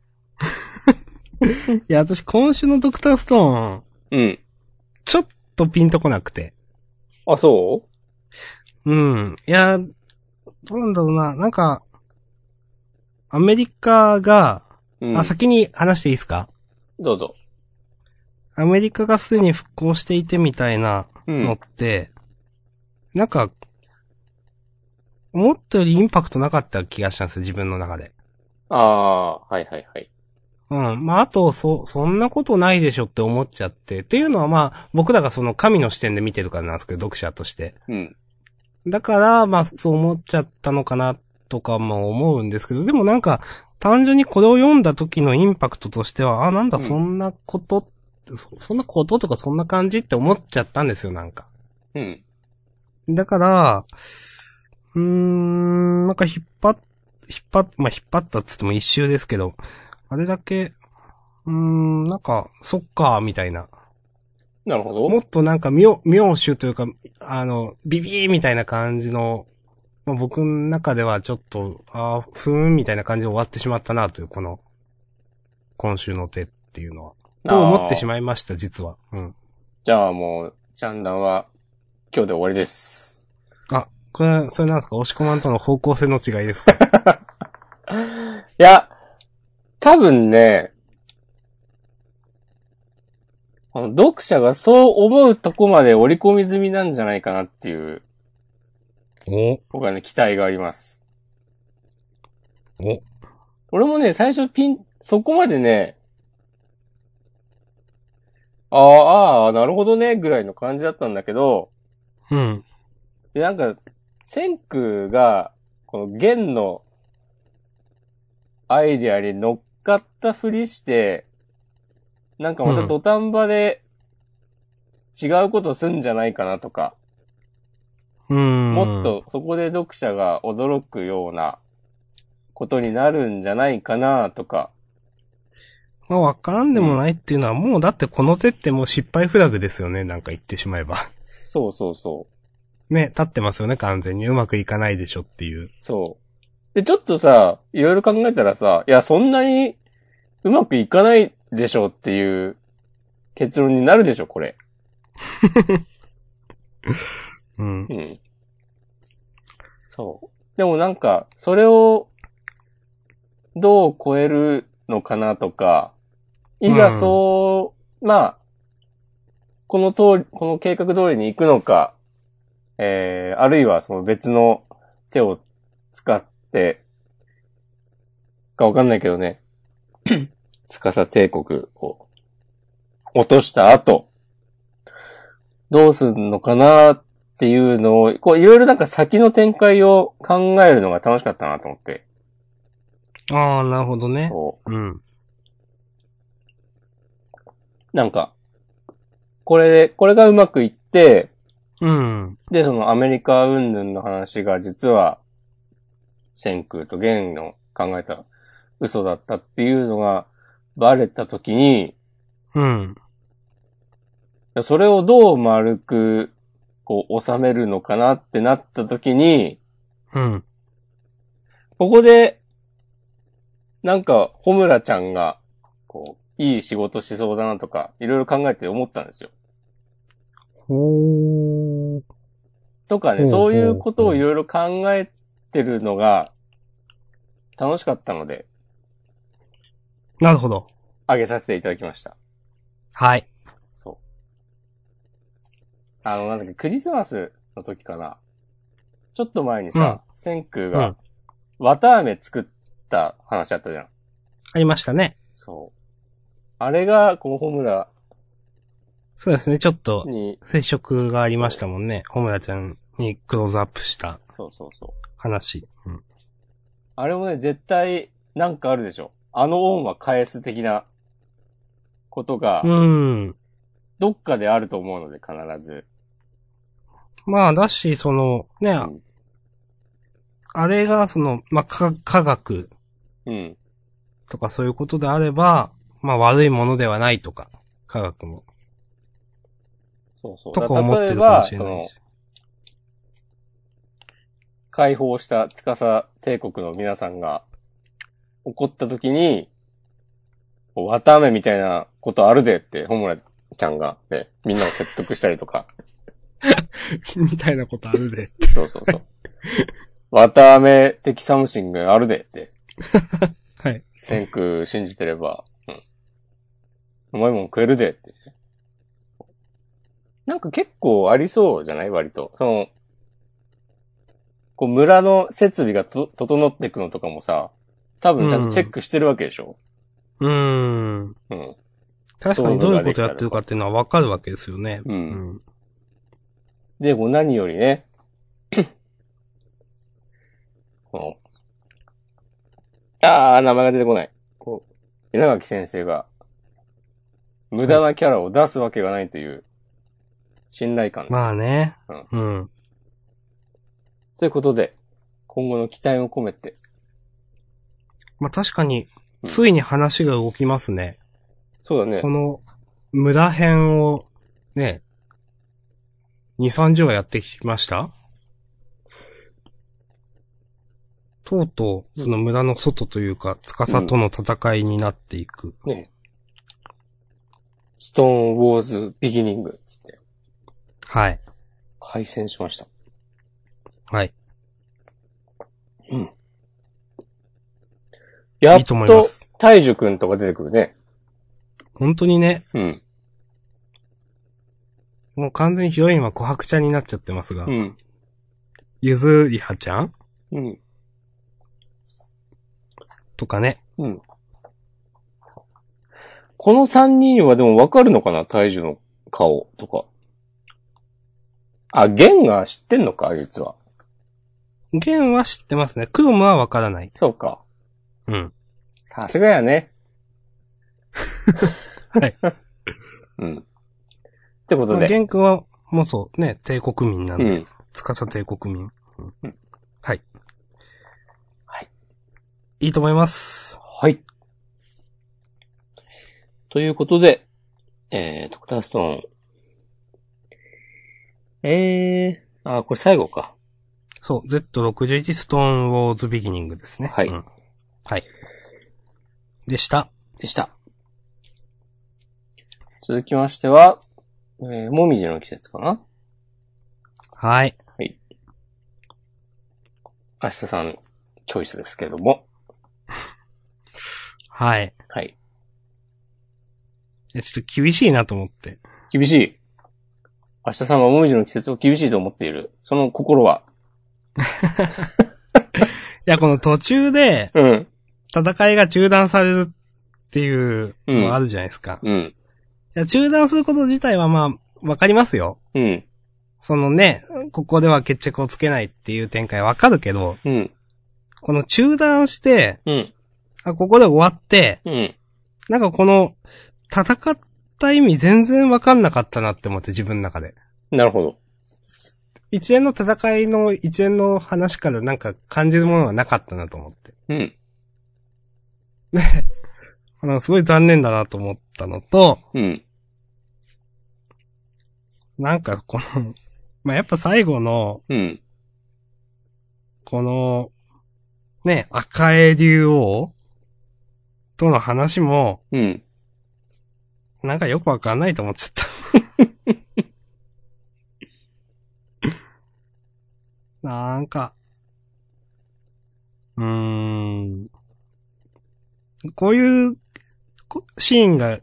S2: いや、私、今週のドクターストーン、
S1: うん。
S2: ちょっとピンとこなくて。
S1: あ、そ
S2: うん。いや、どうなんだろうな。なんか、アメリカが、
S1: ううん
S2: あ、。先に話していいですか
S1: どうぞ。
S2: アメリカがすでに復興していてみたいな
S1: う
S2: のっ
S1: ん。
S2: て、なんか、思ったよりインパクトなかった気がしたんですよ、自分の中で。
S1: あー、はいはいはい。
S2: うん。まあ、あと、そ、そんなことないでしょって思っちゃって。っていうのはまあ、僕らがその神の視点で見てるからなんですけど、読者として。
S1: うん。
S2: だから、まあ、そう思っちゃったのかな、とかも思うんですけど、でもなんか、単純にこれを読んだ時のインパクトとしては、あ、なんだ、
S1: うん
S2: そんなことって、そそんなこととかそんな感じって思っちゃったんですよ、なんか。
S1: うん。
S2: だから、うーん、なんか引っ張っ引っ張っ、まあ、引っ張ったっつっても一周ですけど、あれだけ、うーん、なんか、そっか、みたいな。
S1: なるほど。
S2: もっとなんか妙、妙手というか、あの、ビビーみたいな感じの、まあ、僕の中ではちょっと、あーふーんみたいな感じで終わってしまったなという、この、今週の手っていうのは。と思ってし
S1: まう。
S2: まいました、実は。うん。
S1: じゃあもう、チャンダンは今日で終わりです。
S2: あ、これ、それなんですか、押し込まんとの方向性の違いです か
S1: いや、多分ね、あの、読者がそう思うとこまで織り込み済みなんじゃないかなっていう、
S2: お、
S1: 僕はね、期待があります。
S2: お、
S1: 俺もね、最初ピン、そこまでね、ああ、ああ、なるほどね、ぐらいの感じだったんだけど、
S2: うん。
S1: で、なんか、千空が、この弦のアイディアに乗っかったふりして、なんかま
S2: う
S1: た
S2: ん
S1: 土壇場で違うことすんじゃないかなとか、
S2: うん。
S1: もっ。とそこで読者が驚くようなことになるんじゃないかなとか、
S2: まあ、わからんでもないっていうのは、もうだってこの手ってもう失敗フラグですよね、なんか言ってしまえば。
S1: そうそうそう。
S2: ね、立ってますよね、完全に。うまくいかないでしょっていう。
S1: そう。で、ちょっとさ、いろいろ考えたらさ、いや、そんなにうまくいかないでしょっていう結論になるでしょ、これ。
S2: う
S1: う
S2: ん。
S1: ん。そう。でもなんか、それをどう超えるのかなとか、いざそう、まあ、この通り、この計画通りに行くのか、えー、あるいはその別の手を使って、かわかんないけどね、司帝国を落とした後、どうすんのかなっていうのを、こういろいろなんか先の展開を考えるのが楽しかったなと思って。
S2: ああ、なるほどね。
S1: こ
S2: うん。
S1: うなんか、これで、これがうまくいって、
S2: うん。
S1: で、そのアメリカ云々の話が実は、千空と元の考えた嘘だったっていうのがバレた時に、
S2: うん。
S1: それをどう丸く、こう、収めるのかなってなった時に、
S2: うん。
S1: ここで、なんか、ホムラちゃんが、こう、いい仕事しそうだなとか、いろいろ考えて思ったんですよ。
S2: ほー。
S1: とか
S2: ほ
S1: ね、
S2: うほう
S1: そういうことをいろいろ考えてるのが、楽しかったので、
S2: なるほど。
S1: あげさせていただきました。
S2: はい。
S1: そう。あの、なんだっけ、クリスマスの時かな。ちょっと前にさ、千空
S2: う
S1: が
S2: ん、
S1: 綿飴作った話あったじゃん。
S2: ありましたね。
S1: そう。あれが、このホムラ
S2: そうですね、ちょっと、
S1: に、
S2: 接触がありましたもんね。ホムラちゃんにクローズアップした
S1: そうそうそう。
S2: 話。うん。
S1: あれもね、絶対、なんかあるでしょ。あの恩は返す的な、ことが、
S2: うん。
S1: どっかであると思うので、必ず。
S2: まあ、だし、その、ね、あ
S1: うん
S2: あれが、その、まあ、科科学
S1: うん。
S2: とかそういうことであれば、まあ、悪いものではないとか、科学も。
S1: そうそう。
S2: とか
S1: だ
S2: 思って
S1: 例え
S2: るか
S1: ば、
S2: もし
S1: そ
S2: れない
S1: の
S2: し、。
S1: 解放した司帝国の皆さんが、怒った時に、綿飴みたいなことあるでって、ホムラちゃんが、ね、みんなを説得したりとか。
S2: みたいなことあるで。
S1: そうそう そう。綿飴的サムシングあるでって。
S2: はい。
S1: 先駆信じてれば、うん。うまいもん食えるでって。なんか結構ありそうじゃない割と。その、こう村の設備がと整っていくのとかもさ、多分ちゃんとチェックしてるわけでしょ、
S2: うー
S1: う
S2: ん。
S1: ん、
S2: 確かにどういうことやってるかっていうのはわかるわけですよね。
S1: う。
S2: うんん。
S1: で、こう何より ね、この、ああ、名前が出てこない。こう、稲垣先生が、無駄なキャラを出すわけがないという、信頼感です。
S2: まあね
S1: うん。
S2: うん。
S1: ということで、今後の期待を込めて、
S2: まあ確かに、ついに話が動きますね。
S1: そうだね
S2: こ。の、無駄編を、ね、2、30話やってきましたとうとう、その無駄の外というか、司との戦いになっていく。
S1: ね。ストーンウォーズビギニングっつって、
S2: はい。
S1: 開戦しました。
S2: はい。
S1: や
S2: い
S1: っ
S2: いと思いま
S1: と
S2: す、
S1: 大樹くんとか出てくるね。
S2: 本当にね、
S1: うん。
S2: もう完全にヒロインは琥珀ちゃんになっちゃってますが、
S1: うん。
S2: ゆずりはちゃん
S1: うん。
S2: とかね。
S1: うん。この三人はでもわかるのかな大樹の顔とか。あ、玄が知ってんのか実は。
S2: ゲンは知ってますね。クロムはわからない。
S1: そうか。
S2: うん。
S1: さすがやね。
S2: はい。
S1: うん。ってこと
S2: まあ
S1: で。
S2: ゲン君は、もうそう、ね、帝国民なん
S1: う
S2: で、
S1: ん。
S2: 司帝国民。
S1: うん
S2: はい。
S1: はい。
S2: いいと思います。
S1: はい。ということで、えー、ドクターストーン。えー、あ、これ最後か。
S2: そう、Z61 ストーンウォーズビギニングですね。
S1: はい
S2: うんはい。でした。
S1: でした。続きましては、えー、もみじの季節かな
S2: はい。
S1: 明日さん、チョイスですけども。
S2: はい。
S1: はい。
S2: えちょっと厳しいなと思って。
S1: 厳しい。明日さんはもみじの季節を厳しいと思っている。その心は。
S2: いや、この途中で
S1: うん。
S2: 戦いが中断されるっていうのがあるじゃないですか。い
S1: うん。
S2: や、中断すること自体はまあ、わかりますよ。
S1: うん。
S2: そのね、ここでは決着をつけないっていう展開わかるけど、
S1: うん。
S2: この中断して、
S1: うん。
S2: あ、ここで終わって、
S1: うん。
S2: なんかこの、戦った意味全然わかんなかったなって思って自分の中で。
S1: なるほど。
S2: 一連の戦いの一連の話からなんか感じるものはなかったなと思って。
S1: うん。
S2: あの、すごい残念だなと思ったのと、
S1: うん。
S2: なんかこの、 まあ、やっぱ最後の、
S1: うん。
S2: この、ね、赤江竜王との話も、
S1: うん。
S2: なんかよくわかんないと思っちゃった。 なんか、うーん。こういうこシーンが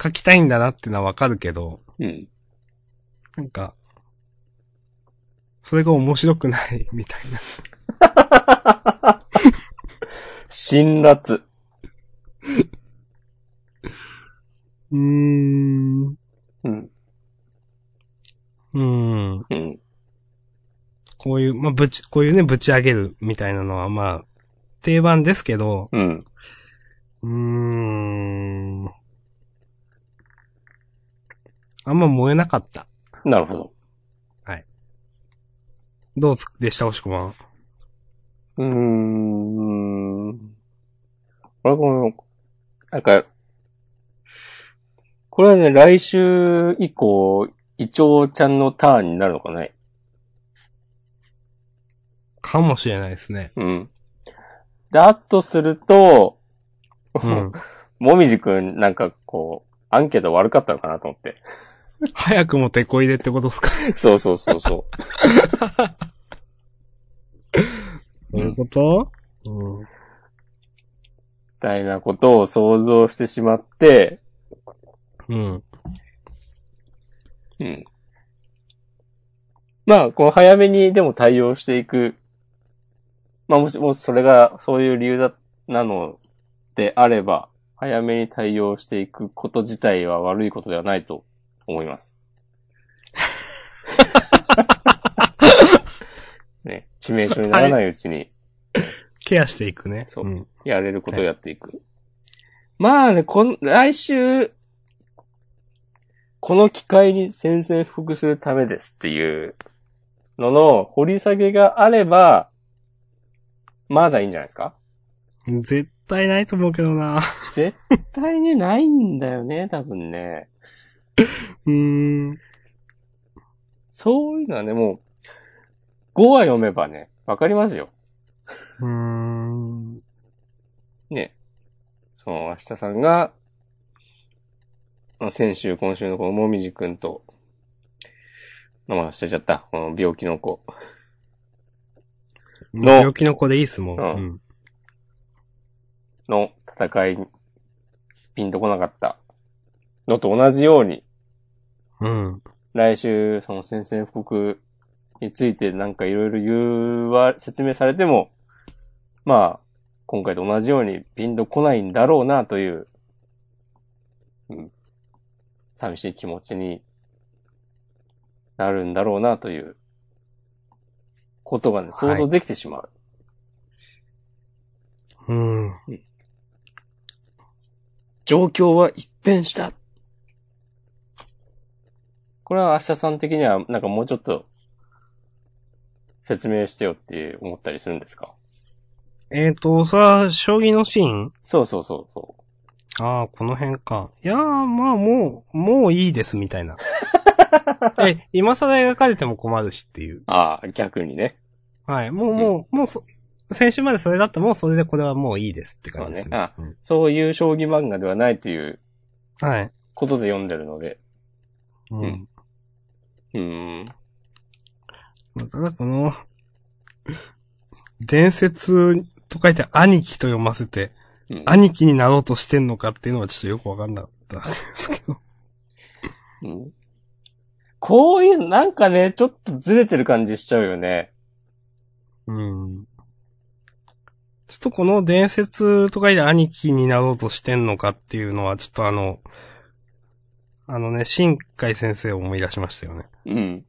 S2: 書きたいんだなってのはわかるけど、
S1: うん。
S2: なんか、それが面白くないみたいな。
S1: 辛辣。
S2: うーん。う
S1: うん。
S2: ーん。
S1: うん。
S2: こういう、まあ、ぶち、こういうね、ぶち上げるみたいなのは、まあ、定番ですけど、
S1: うん。
S2: うーん。あんま燃えなかった。
S1: なるほど。
S2: どうつでした、おしくまん。
S1: うーん。俺はこの、なんか、これはね、来週以降、イチョウちゃんのターンになるのかね。
S2: かもしれないですね。
S1: うん。だとすると、
S2: うん。
S1: もみじくん、なんかこう、アンケート悪かったのかなと思って。
S2: 早くも手こ入れってことですか
S1: そうそうそうそ
S2: そういうことうん。
S1: う。みたいなことを想像してしまって、
S2: うん。
S1: うん。まあ、こう早めにでも対応していく。まあ、もし、もしそれが、そういう理由だ、なのであれば、早めに対応していくこと自体は悪いことではないと思います。ね、致命傷にならないうちに
S2: ケアしていくね。。
S1: そうんやれることをやっていく。まあね、こん、来週、この機会に宣戦布告するためですっていうのの掘り下げがあれば、まだいいんじゃないですか
S2: 絶対ないと思うけどな。
S1: 絶対ね、ないんだよね、多分ね。
S2: うーん。
S1: そういうのはね、もう、5話読めばね、わかりますよ。
S2: うーん。
S1: ね。その、明日さんが、まあ先週、今週のこのもみじくんと、名前忘れちゃった。この病気の子。
S2: もう病気の子でいいっすもん。
S1: うん
S2: うん。
S1: の戦いにピンとこなかったのと同じように、
S2: うん。
S1: 来週、その宣戦布告についてなんかいろいろ言わ、説明されても、まあ、今回と同じようにピンとこないんだろうなという、うん、寂しい気持ちになるんだろうなということがね、想像できてしまう。
S2: うん。
S1: 状況は一変した。これは明日さん的には、なんかもうちょっと、説明してよって思ったりするんですか
S2: えっ、と、さ、将棋のシーン
S1: そうそうそうそ
S2: ああ、この辺か。いやー、まあもう、もういいです、みたい な。え、今更描かれても困るしっていう。
S1: う。ああ、逆にね。
S2: はい。もう、
S1: ん
S2: もう、もうそ、先週までそれだったもうそれでこれはもういいですって感じです
S1: そうねあ
S2: ね。うん
S1: そういう将棋漫画ではないという
S2: はい。
S1: ことで読んでるので。
S2: うんん。
S1: うーん。
S2: ただこの、伝説と書いて兄貴と読ませて、
S1: うん
S2: 兄貴になろうとしてんのかっていうのはちょっとよくわかんなかったんですけど。
S1: うんこういう、なんかね、ちょっとずれてる感じしちゃうよね。
S2: うん。ちょっとこの伝説とかで兄貴になろうとしてんのかっていうのは、ちょっとあの、あのね、新海先生を思い出しましたよね。
S1: うん。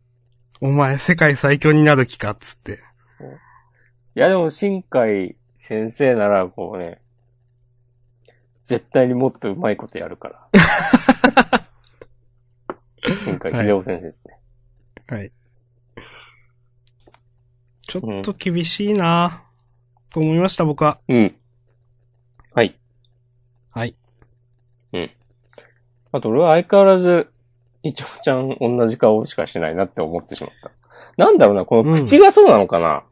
S2: お前、世界最強になる気かっつって。
S1: いやでも、新海先生なら、こうね、絶対にもっとうまいことやるから。新海秀夫先生ですね。
S2: はい。ちょっと厳しいなぁと思いました、僕は。
S1: うん。はい。
S2: はい。
S1: あと、俺は相変わらず、いちょちゃん同じ顔しかしてないなって思ってしまった。なんだろうな、この口がそうなのかな、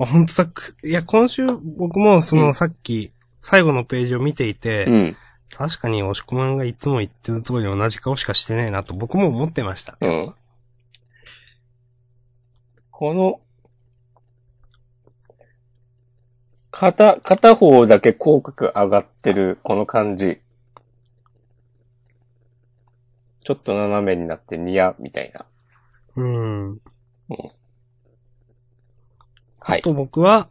S2: あ、ほんとさ、くいや、今週、僕もその、さっき、最後のページを見ていて、
S1: うん、うん。
S2: 確かに押し込まんがいつも言ってる通り同じ顔しかしてねえなと僕も思ってました。
S1: この、片、片方だけ口角上がってる、この感じ。ちょっと斜めになってニヤ、みたいな。
S2: うん。
S1: はい。
S2: と僕は、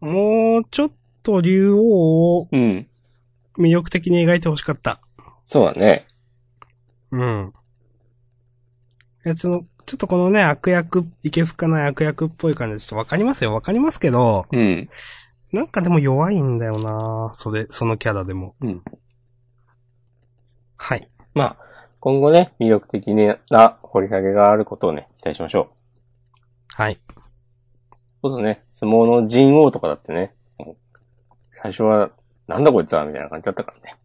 S2: もうちょっと竜王を
S1: うん。
S2: 魅力的に描いてほしかった。
S1: そうだね。
S2: うん。いや、ちょっと、ちょっとこのね、悪役、いけすかない悪役っぽい感じ、ちょっとわかりますよ、わかりますけど、
S1: うん。
S2: なんかでも弱いんだよなそれ、そのキャラでも。
S1: うん。
S2: はい。
S1: まあ、今後ね、魅力的な掘り下げがあることをね、期待しましょう。
S2: はい。
S1: そうだね、相撲の陣王とかだってね、もう最初は、なんだこいつは、みたいな感じだったからね。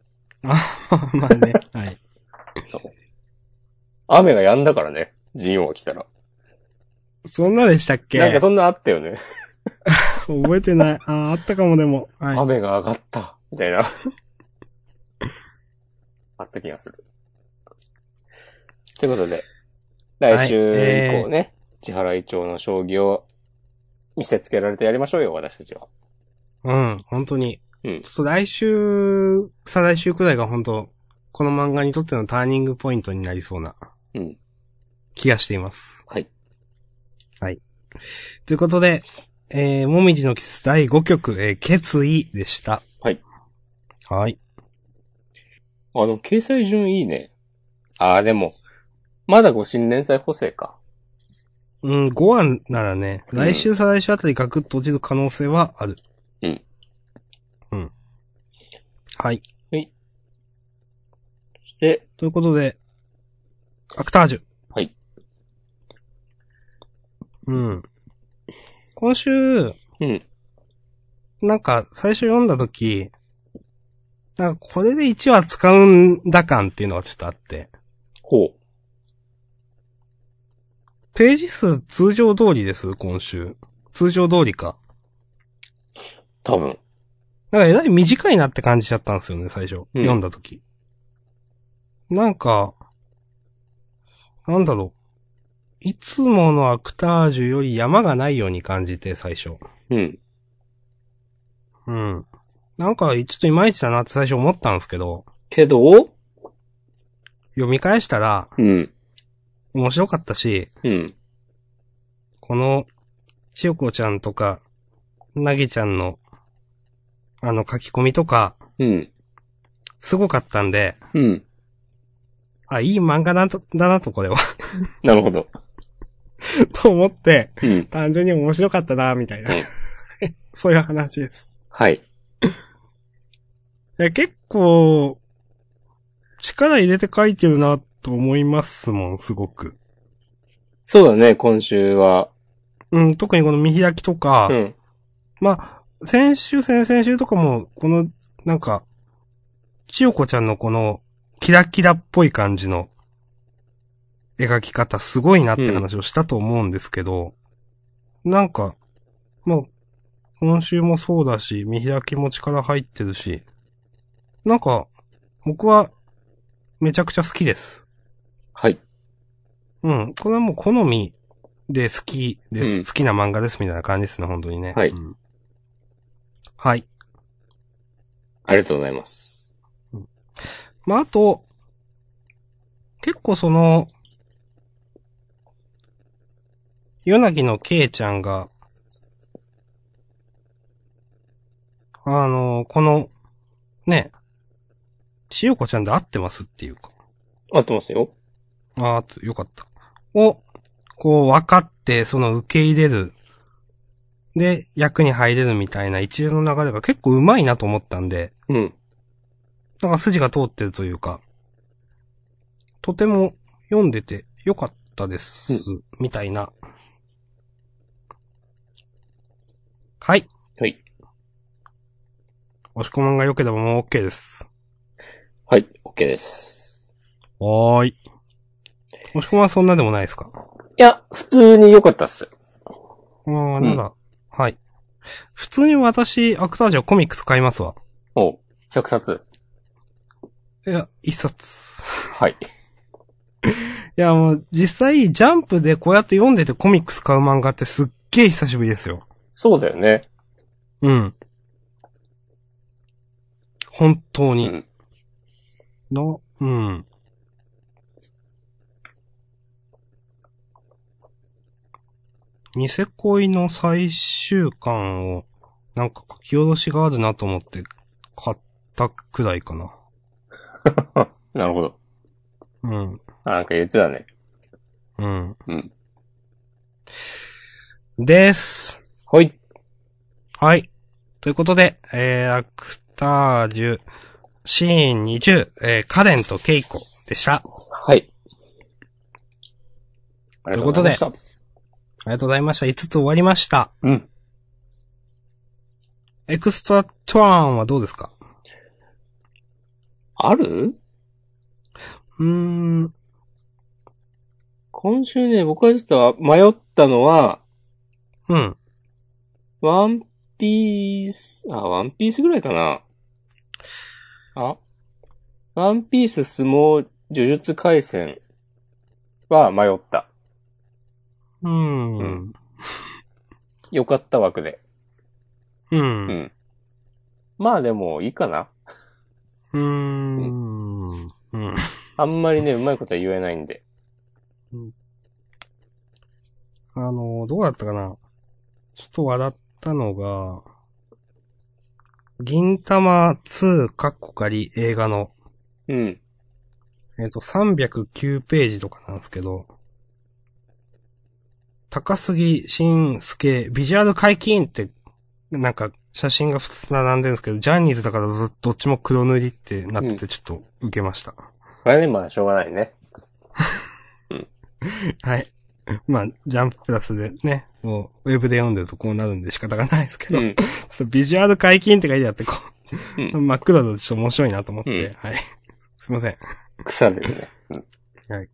S2: まあね、はい。
S1: 雨が止んだからね、陣王が来たら。
S2: そんなでしたっけ
S1: なんかそんなあったよね。
S2: 覚えてない。ああ、あったかもでも。はい。
S1: 雨が上がった、みたいな。 あった気がする。ということで、来週
S2: はいえー
S1: 以降ね、千原一丁の将棋を見せつけられてやりましょうよ、私たちは。
S2: うん、本当に。
S1: うん
S2: そう、来週、再来週くらいが本当この漫画にとってのターニングポイントになりそうな
S1: うん。
S2: 気がしています。
S1: はい。
S2: ということで、えー、もみじのキス第5曲、えー、決意でした。
S1: はい。
S2: はい。
S1: あ、でも掲載順いいね。ああ、でも、まだご新連載補正か。
S2: うん、5話ならね、
S1: うん
S2: 来週再来週あたりガクッと落ちる可能性はある。
S1: うん。
S2: うん。はい。
S1: そして、
S2: ということで、アクタージュ。
S1: はい。
S2: うん。今週、
S1: うん。
S2: なんか、最初読んだ時、なんか、これで1話使うんだ感っていうのがちょっとあって、
S1: ほう。
S2: ページ数通常通りです、今週。通常通りか。
S1: 多分。
S2: なんか、えらい短いなって感じちゃったんですよね、最初。
S1: うん
S2: 読んだ時。なんか、なんだろう。いつものアクタージュより山がないように感じて、最初。
S1: うん。
S2: うん。なんか、ちょっといまいちだなって最初思ったんですけど、
S1: けど、
S2: 読み返したら
S1: うん。
S2: 面白かったし、
S1: うん。
S2: この、千代子ちゃんとか、なぎちゃんの、あの書き込みとか、
S1: うん。
S2: すごかったんで、
S1: うん。
S2: あ、いい漫画なんとだなと、これは。
S1: なるほど。
S2: と思って、
S1: うん。
S2: 単純に面白かったな、みたいな。 そういう話です。
S1: はい。
S2: いや、結構、力入れて書いてるな、と思いますもん、すごく。
S1: そうだね、今週は。
S2: うん、特にこの見開きとか、
S1: うん。
S2: まあ、先週、先々週とかも、この、なんか、千代子ちゃんのこの、キラキラっぽい感じの、描き方すごいなって話をしたと思うんですけど、なんか、まあ、今週もそうだし、見開きも力入ってるし、なんか、僕は、めちゃくちゃ好きです。
S1: はい。
S2: うん。これはもう好みで好きです。
S1: うん
S2: 好きな漫画ですみたいな感じですね、本当にね。
S1: はい
S2: うんはい。
S1: ありがとうございます。
S2: まあ、あと、結構その、ヨナギのケイちゃんが、あの、この、ね、千代子ちゃんで合ってますっていうか、
S1: 合ってますよ。
S2: ああつ、よかった。を、こう分かって、その受け入れる。で、役に入れるみたいな一連の流れが結構上手いなと思ったんで、
S1: うん。
S2: なんか筋が通ってるというか、とても読んでて良かったです、みたいな。はい。
S1: はい。
S2: 押し込まんが良ければもう OK です。
S1: はい。OK です。
S2: はーい。押し込まんはそんなでもないですか
S1: いや、普通に良かったっす。
S2: ああ、
S1: ん
S2: なら、はい。普通に私、アクタージュはコミックス買いますわ。
S1: おう。100冊。
S2: いや、一冊。
S1: はい。
S2: いや、もう、実際、ジャンプでこうやって読んでてコミックス買う漫画ってすっげえ久しぶりですよ。
S1: そうだよね。
S2: うん。本当
S1: う
S2: に。
S1: ん。
S2: の、うん。ニセ恋の最終巻を、なんか書き下ろしがあるなと思って、買ったくらいかな。
S1: なるほど。
S2: うん。
S1: あ、なんか言ってたね。
S2: うん。
S1: うん。
S2: です。
S1: はい。
S2: はい。ということで、えー、アクタージュ、シーン20、えー、カレンとケイコでした。
S1: はい。ありがとうございました。
S2: ありがとうございました。5つ終わりました。
S1: うん。
S2: エクストラトワンはどうですか
S1: ある
S2: うーん。
S1: 今週ね、僕はちょっと迷ったのは、
S2: うん。
S1: ワンピース、あ、ワンピースぐらいかな。あワンピース、相撲、呪術回戦は迷った。
S2: う。
S1: うんよかった枠で。
S2: う。
S1: うんん。まあでも、いいかな。
S2: うーん。うん。
S1: あんまりね、うまいことは言えないんで。
S2: あの、どうだったかなちょっと笑ったのが、銀玉2カッコ仮映画の、
S1: うん。
S2: えっ、と、309ページとかなんですけど、高杉晋介、ビジュアル解禁って、なんか、写真が普通並んでるんですけど、ジャニーズだからずっどっちも黒塗りってなって
S1: う
S2: てちょっと受けました。
S1: これね、まあ、しょうがないね。
S2: はい。 まあ、ジャンププラスでね、もう、ウェブで読んでるとこうなるんで仕方がないですけど、
S1: う
S2: ちょ
S1: ん。
S2: っとビジュアル解禁って書いてあって、こう、
S1: う
S2: 真っ暗だとちょっと面白いなと思って、
S1: うん
S2: はい。すいません。
S1: 草ですね。うん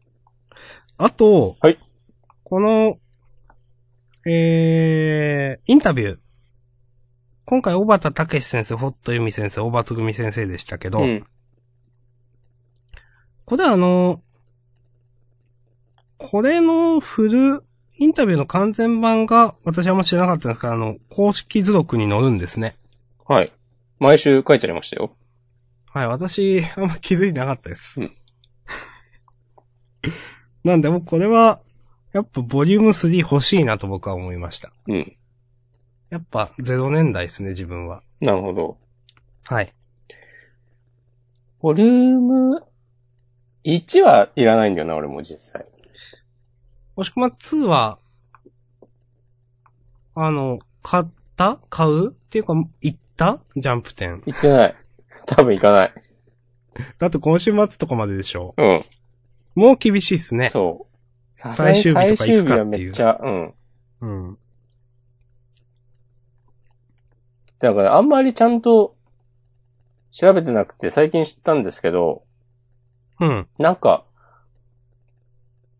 S2: あと、
S1: はい
S2: この、えー、インタビュー。今回、小畑武史先生、ホット由美先生、小畑組先生でしたけど、
S1: うん。
S2: これはあの、これのフル、インタビューの完全版が私はあんま知らなかったんですから、あの、公式図録に載るんですね。
S1: はい。毎週書いてありましたよ。
S2: はい、私、あんま気づいてなかったです。
S1: うん
S2: なんで、もうこれは、やっぱボリューム3欲しいなと僕は思いました。
S1: うん。
S2: やっぱ0年代ですね、自分は。
S1: なるほど。
S2: はい。
S1: ボリューム1はいらないんだよな、俺も実際。
S2: もしくは2は、あの、買った買うっていうか、行ったジャンプ店。
S1: 行ってない。多分行かない。
S2: だって今週末とかまででしょ
S1: うん。
S2: う。もう厳しいっすね。
S1: そう。さすが
S2: 最
S1: に
S2: 終日とか
S1: 最終
S2: 行
S1: 日
S2: くか
S1: は
S2: って
S1: め
S2: いう
S1: っちゃ、うん。
S2: うん。
S1: だからあんまりちゃんと調べてなくて最近知ったんですけど、
S2: うん。
S1: なんか、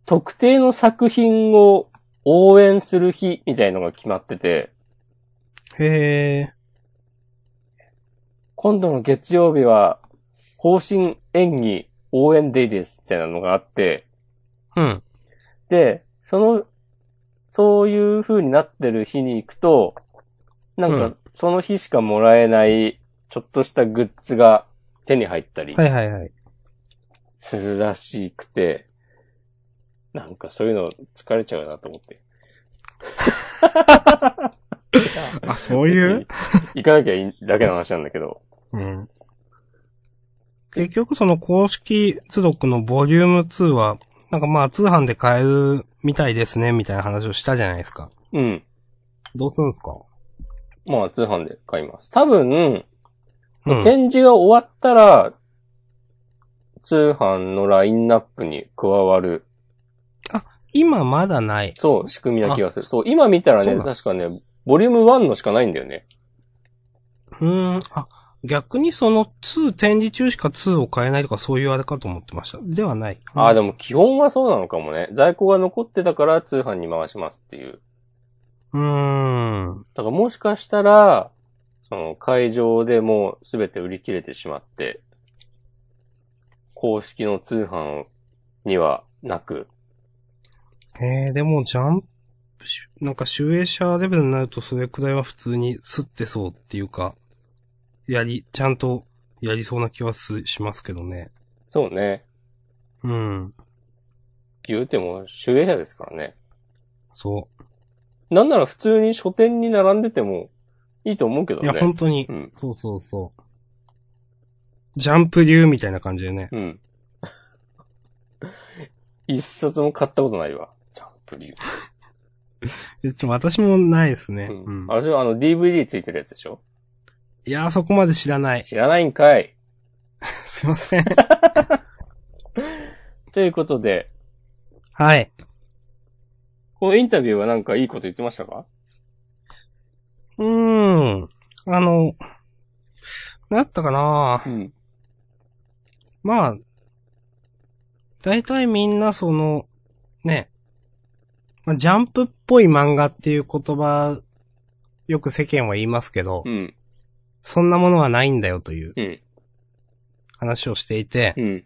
S1: 特定の作品を応援する日みたいのが決まってて、
S2: へえ。
S1: 今度の月曜日は、方針演技応援デイですみたいなのがあって、
S2: うん。
S1: で、その、そういう風になってる日に行くと、なん
S2: う
S1: か、その日しかもらえない、ちょっとしたグッズが手に入ったり
S2: はいはいはい。
S1: するらしくて、なんかそういうの疲れちゃうなと思って。
S2: あ、そうい
S1: 別
S2: う
S1: に行かなきゃいいだけの話なんだけど。
S2: うん。結局その公式通読のボリューム2は、なんかまあ通販で買えるみたいですね、みたいな話をしたじゃないですか。
S1: うん。
S2: どうするんすか
S1: まあ、通販で買います。多分、
S2: うん。
S1: 展示が終わったら、通販のラインナップに加わる
S2: 今まだない。
S1: そう、仕組みな気がする。そう、今見たら
S2: そう
S1: ね、
S2: なん
S1: 確かね、ボリューム1のしかないんだよね。
S2: うーん。あ、逆にその2展示中しか2を買えないとかそういうあれかと思ってました。ではない。
S1: ああ、でも基本はそうなのかもね。在庫が残ってたから通販に回しますっていう。
S2: うーん。
S1: だからもしかしたら、その会場でもうすべて売り切れてしまって、公式の通販にはなく、
S2: えー、でもジャンプし、なんか集英者レベルになるとそれくらいは普通に吸ってそうっていうか、やり、ちゃんとやりそうな気はすしますけどね。
S1: そうね。
S2: うん。
S1: 言うても、集英者ですからね。
S2: そ
S1: なんなら普通に書店に並んでてもいいと思うけど
S2: う。い
S1: ね。
S2: や、本当に
S1: う。ん。
S2: そうそうそう。ジャンプ流みたいな感じでね。
S1: うん。 一冊も買ったことないわ。ジャンプリー。
S2: えちょ私もないですね。
S1: うん
S2: うん。
S1: あれでしょあの DVD ついてるやつでしょ
S2: いやー、そこまで知らない。
S1: 知らないんかい。
S2: すいません。
S1: ということで、
S2: はい。
S1: このインタビューはなんかいいこと言ってましたか
S2: うーん。あの、なったかな
S1: うん。
S2: まあ、大体みんなその、ね、まあ、ジャンプっぽい漫画っていう言葉、よく世間は言いますけど、
S1: うん。
S2: そんなものはないんだよという
S1: うん。
S2: 話をしていて、
S1: うん。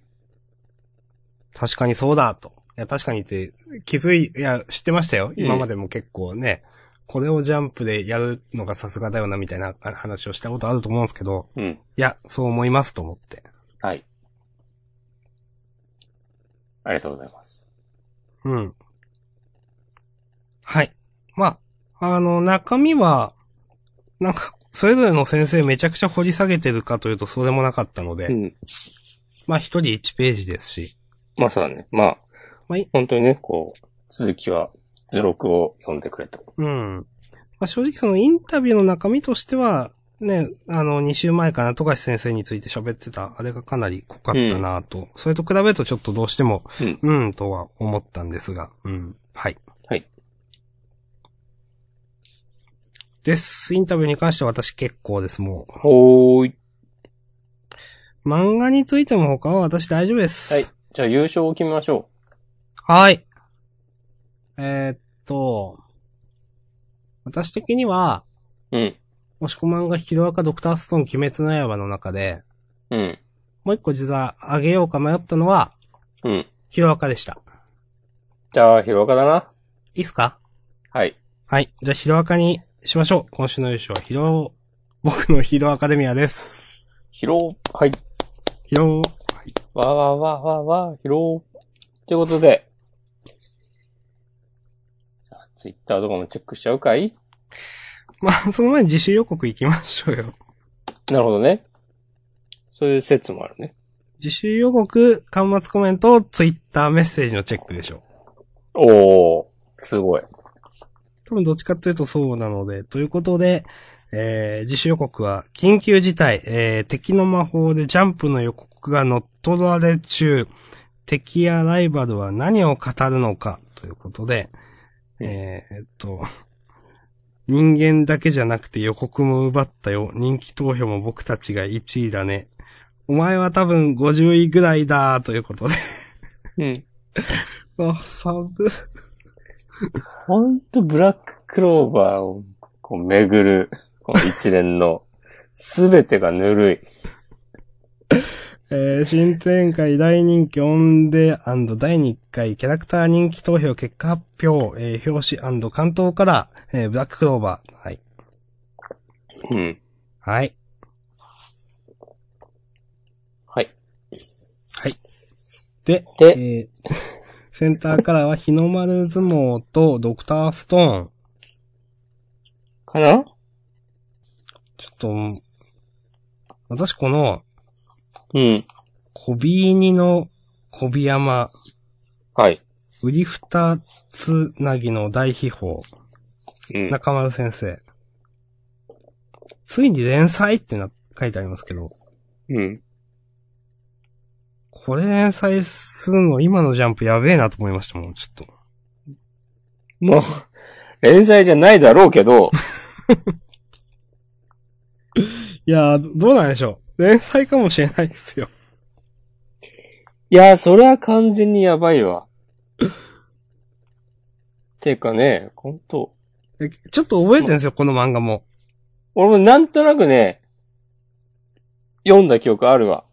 S2: 確かにそうだと。いや、確かにって気づい、いや、知ってましたよ。今までも結構ね、これをジャンプでやるのがさすがだよなみたいなあ話をしたことあると思うんですけど、
S1: うん。
S2: いや、そう思いますと思って。
S1: はい。ありがとうございます。
S2: うん。はい。まあ、あの、中身は、なんか、それぞれの先生めちゃくちゃ掘り下げてるかというとそうでもなかったので、
S1: うん。
S2: まあ一人一ページですし、
S1: まあそうだね。まあ、
S2: まあい
S1: 本当にね、こう、続きは図録を読んでくれと。
S2: うん。まあ正直そのインタビューの中身としては、ね、あの、2週前かな、富樫先生について喋ってた、あれがかなり濃かったなと、それと比べるとちょっとどうしても、
S1: う
S2: うん、とは思ったんですが、うん。はい。
S1: はい。
S2: です。インタビューに関しては私結構です、も
S1: ほーい。
S2: う。漫画についても他は私大丈夫です。
S1: はい。じゃあ優勝を決めましょ
S2: はい。えーっと、私的には、
S1: う。うん。
S2: 押し込まんがヒロアカドクターストーン鬼滅の刃の中で、
S1: うん。
S2: もう一個実はあげようか迷ったのは、
S1: うん。
S2: ヒロアカでした。
S1: じゃあ、ヒロアカだな。
S2: いいっすか
S1: はい。
S2: はい。じゃあヒロアカにしましょう。今週の優勝はヒロ、僕のヒロアカデミアです。
S1: ヒロ、はい。
S2: ヒロ、
S1: わーわーわーわーわー、ヒロということで。ツイッターとかもチェックしちゃうかい
S2: まあ、その前に自主予告行きましょうよ。
S1: なるほどね。そういう説もあるね。
S2: 自主予告、端末コメント、ツイッターメッセージのチェックでしょう。
S1: おー、すごい。
S2: 多分どっちかというとそうなので、ということで、えー、自主予告は、緊急事態、えー、敵の魔法でジャンプの予告が乗っ取られ中、敵やライバルは何を語るのか、ということで、えー、えっと、人間だけじゃなくて予告も奪ったよ。人気投票も僕たちが1位だね。お前は多分50位ぐらいだ、ということで。
S1: うん。
S2: あ、寒い
S1: ほんと、ブラッククローバーをこう巡る、この一連の、すべてがぬるい。
S2: えー新展開大人気オンデ第2回キャラクター人気投票結果発表、えー表紙関東から、えーブラッククローバー。はい。
S1: うん。
S2: はい。
S1: はい。
S2: で、
S1: で
S2: えー センターからは日の丸相撲とドクターストーン。
S1: かな
S2: ちょっと、私この、
S1: うん。
S2: コビーニのコビ山、
S1: はい。
S2: ウリフタつなぎの大秘宝。
S1: うん。
S2: 中丸先生。ついに連載ってな、書いてありますけど、
S1: うん。
S2: これ連載するの今のジャンプやべえなと思いましたもん、ちょっと。
S1: もう、連載じゃないだろうけど、
S2: いやー、どうなんでしょう。連載かもしれないですよ。
S1: いやー、それは完全にやばい わ。てかね、ほんと、
S2: えちょっと覚えてるんですよ、この漫画も。
S1: 俺もなんとなくね、読んだ記憶あるわ。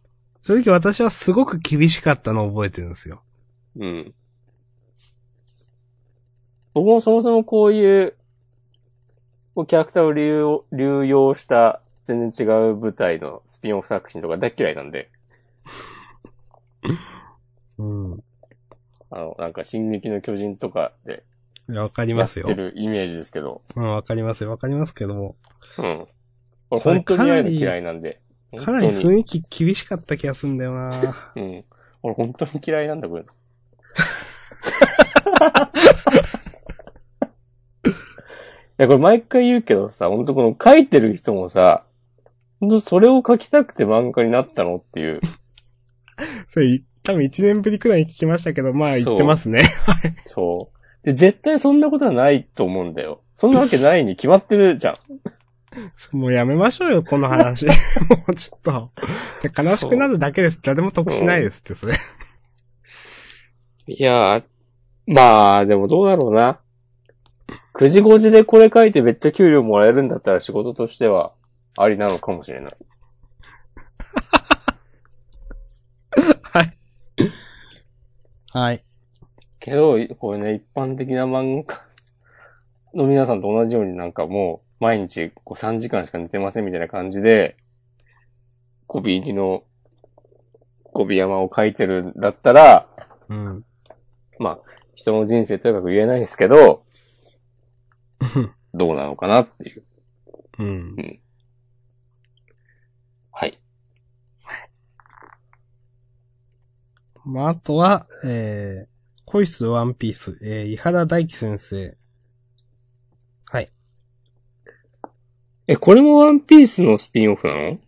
S2: 正直私はすごく厳しかったのを覚えてるんですよ。
S1: うん。僕もそもそもこういう、こうキャラクターを流用流用した全然違う舞台のスピンオフ作品とか大っ嫌いなんで、
S2: うん。
S1: あの、なんか、進撃の巨人とかで
S2: いやわかり
S1: や
S2: ま
S1: っ
S2: す
S1: て
S2: よ。
S1: るイメージですけど、
S2: うん、わかりますよ。わかりますけども。
S1: うん。俺
S2: それ
S1: 本当にああいうの
S2: かなり
S1: 嫌いなんで。
S2: かなり
S1: 本当
S2: 雰
S1: に
S2: 囲気厳しかった気がするんだよな
S1: うん。俺本当に嫌いなんだ、これ。いや、これ毎回言うけどさ、ほんとこの書いてる人もさ、ほんとそれを書きたくて漫画になったのって いう。
S2: それ、多分1年ぶりくらいに聞きましたけど、まあ言ってますね。
S1: そう。で、絶対そんなことはないと思うんだよ。そんなわけないに決まってるじゃん。
S2: もうやめましょうよ、この 話。もうちょっと。で悲しくなるだけです。誰も得しないですって、それ。
S1: いやー、まあ、でもどうだろうな。9時5時でこれ書いてめっちゃ給料もらえるんだったら仕事としてはありなのかもしれない。
S2: はい。はい。
S1: けど、これね、一般的な漫画家の皆さんと同じようになんかもう、毎日こう3時間しか寝てませんみたいな感じで、コビ入りの、コビ山を書いてるんだったら、
S2: うん。
S1: まあ、人の人生とにかく言えないですけ ど、どうなのかなっていう。
S2: うん。
S1: はい。
S2: まあ、あとは、えー、恋するワンピース、えー、伊原大樹先生。はい。
S1: え、これもワンピースのスピンオフなの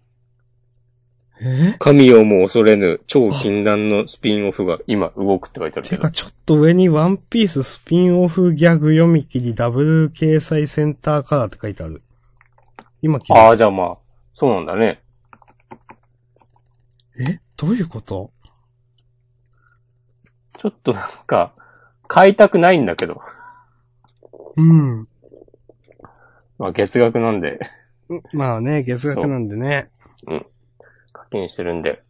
S2: え
S1: 神をも恐れぬ超禁断のスピンオフが今動くって書いてあるけ
S2: て
S1: ど
S2: か、。ちょっと上にワンピーススピンオフギャグ読み切りダブル掲載センターカラーって書いてある。今聞い
S1: あ
S2: た。
S1: あ、じゃあまあ、そうなんだね。
S2: えどういうこと
S1: ちょっとなんか、買いたくないんだけど。
S2: うん。
S1: まあ月額なんで、
S2: まあね、月額なんでね。
S1: 課金してるんで。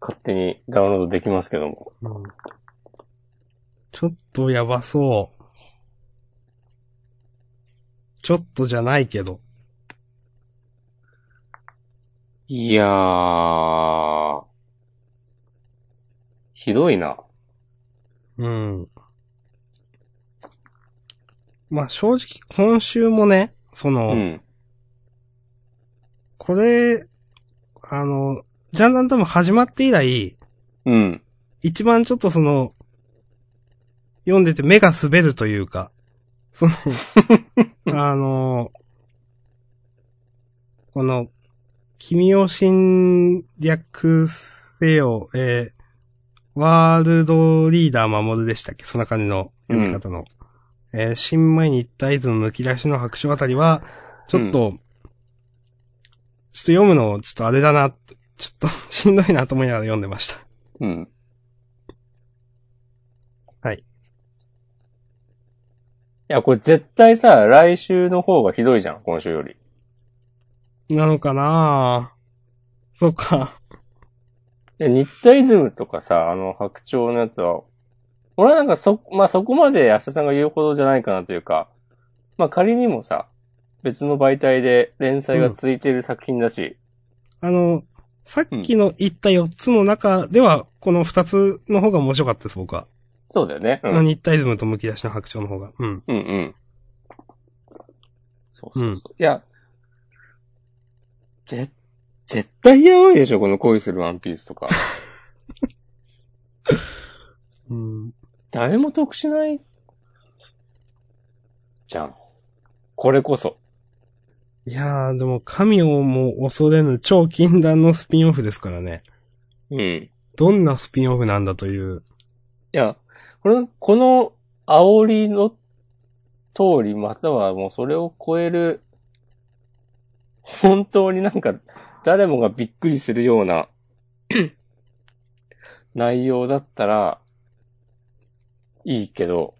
S1: 勝手にダウンロードできますけども。
S2: うんちょっとやばそう。ちょっとじゃないけど。
S1: いやー。ひどいな。
S2: うん。まあ正直今週もね、その、
S1: うん。
S2: これ、あの、ジャンダン多分始まって以来、
S1: うん。
S2: 一番ちょっとその、読んでて目が滑るというか、その、あの、この、君を侵略せよ、えーワールドリーダー守るでしたっけそんな感じの読み方の。えー新米に行ったイズム剥き出しの白書あたりは、ちょっと、ちょっと読むの、ちょっとあれだな、ちょっと しんどいなと思いながら読んでました。
S1: うん。
S2: はい
S1: いや、これ絶対さ、来週の方がひどいじゃん、今週より。
S2: なのかなそうか。
S1: で、ニッタイズムとかさ、あの、白鳥のやつは、俺はなんかそ、まあ、そこまで明日さんが言うほどじゃないかなというか、まあ、仮にもさ、別の媒体で連載が続いている作品だし、
S2: あの、さっきの言った4つの中では、この2つの方が面白かったです、僕は。
S1: そうだよね。う
S2: あの
S1: ん。
S2: ニッタイズムと剥き出しの白鳥の方が。うん。
S1: うんうん。そうそうそう。いや、ぜ、絶対やばいでしょ、この恋するワンピース とか。
S2: うん。
S1: 誰も得しない。じゃん。これこそ。
S2: いやー、でも、神をも恐れぬ超禁断のスピンオフですからね。
S1: うん。い
S2: どんなスピンオフなんだという。
S1: や、これ、この煽りの通り、またはもうそれを超える、本当になんか、誰もがびっくりするよう な、内容だったら、いいけど、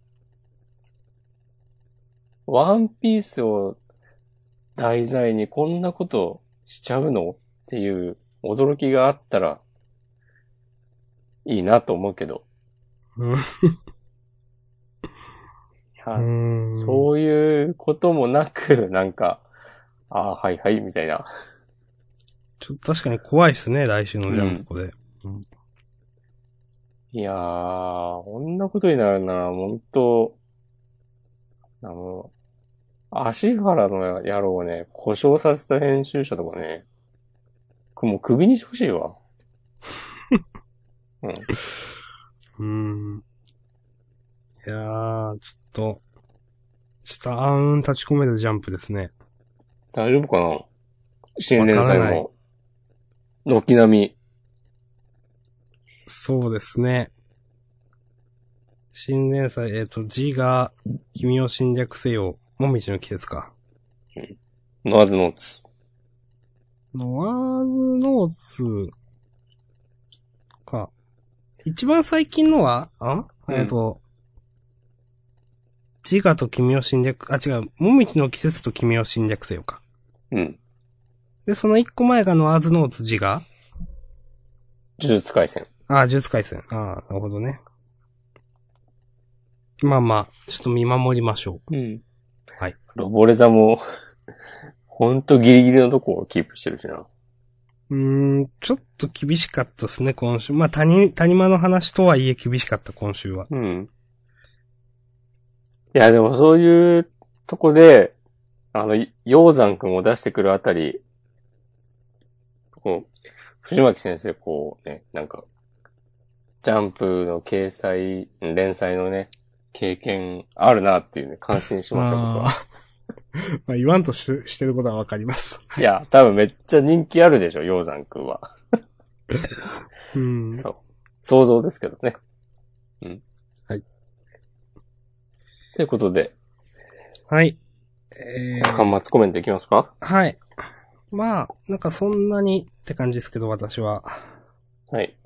S1: ワンピースを題材にこんなことしちゃうのっていう驚きがあったら、いいなと思うけど。
S2: うん
S1: いやそういうこともなく、 なんか、ああ、はいはい、みたいな。
S2: ちょっと確かに怖いっすね、来週のジャ
S1: うん
S2: ンプこれ。
S1: いやー、こんなことになるなら、本当あの、足原の野郎をね、故障させた編集者とかね、くもう首にしてほしい わ。うん。
S2: うん。いやー、ちょっと、ちょっとあーん立ち込めるジャンプですね。
S1: 大丈夫かな新連載
S2: わからない
S1: も。軒並み。
S2: そうですね。新連載、えっ、と、G が、君を侵略せよ、もみじの季節か。
S1: ノアズノーツ。
S2: ノワールノーツか。一番最近のは、あ、
S1: うん
S2: えっと、自我と君を侵略、あ、違う、もみじの季節と君を侵略せよか。
S1: うん。
S2: で、その一個前がノワーズノーツ、自我
S1: 呪術回戦。
S2: ああ、呪術回戦。ああ、なるほどね。まあまあ、ちょっと見守りましょ
S1: うん。
S2: はい。
S1: ロボレザも、 ほんとギリギリのとこをキープしてるしな。
S2: う。うーん、ちょっと厳しかったですね、今週。まあ、谷、谷間の話とはいえ厳しかった、今週は。
S1: うん。いや、でもそういうとこで、あの、鷹山くんを出してくるあたり、こう、藤巻先生、こうね、なんか、ジャンプの掲載、連載のね、経験あるなっていうね、感心しました、僕は。
S2: あ まあ言わんとししてることはわかり ます。
S1: いや、多分めっちゃ人気あるでしょ、鷹山くんは。
S2: うん。
S1: そう。想像ですけどね。うん。
S2: はい。
S1: ということで、
S2: はい。えー
S1: 端末コメントいきますか
S2: はい。まあ、なんかそんなにって感じですけど、私は。
S1: はい。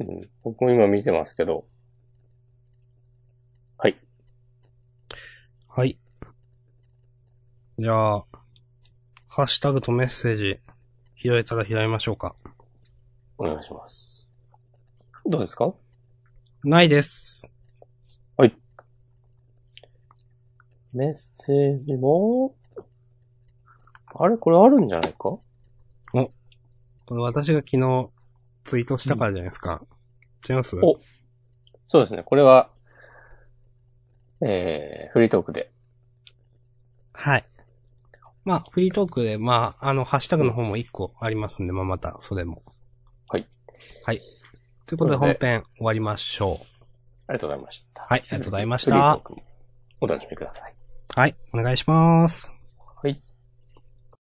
S1: うん、僕も今見てますけど、
S2: はい。じゃあ、ハッシュタグとメッセージ、拾えたら拾いましょうか。
S1: お願いします。どうですか
S2: ないです。
S1: メッセージも、あれこれあるんじゃないか
S2: これ私が昨日、ツイートしたからじゃないですか。違います
S1: おそうですね。これは、えー、フリートークで。
S2: はい。まあ、フリートークで、まあ、あの、ハッシュタグの方も一個ありますんで、まあ、また、それも。
S1: はい。
S2: はい。ということ
S1: そ
S2: で、
S1: う
S2: 本
S1: です
S2: 編終わりましょう。
S1: ありがとうございました。
S2: はいありがとうございました
S1: フリートークもお楽しみください。
S2: はい、お願いします。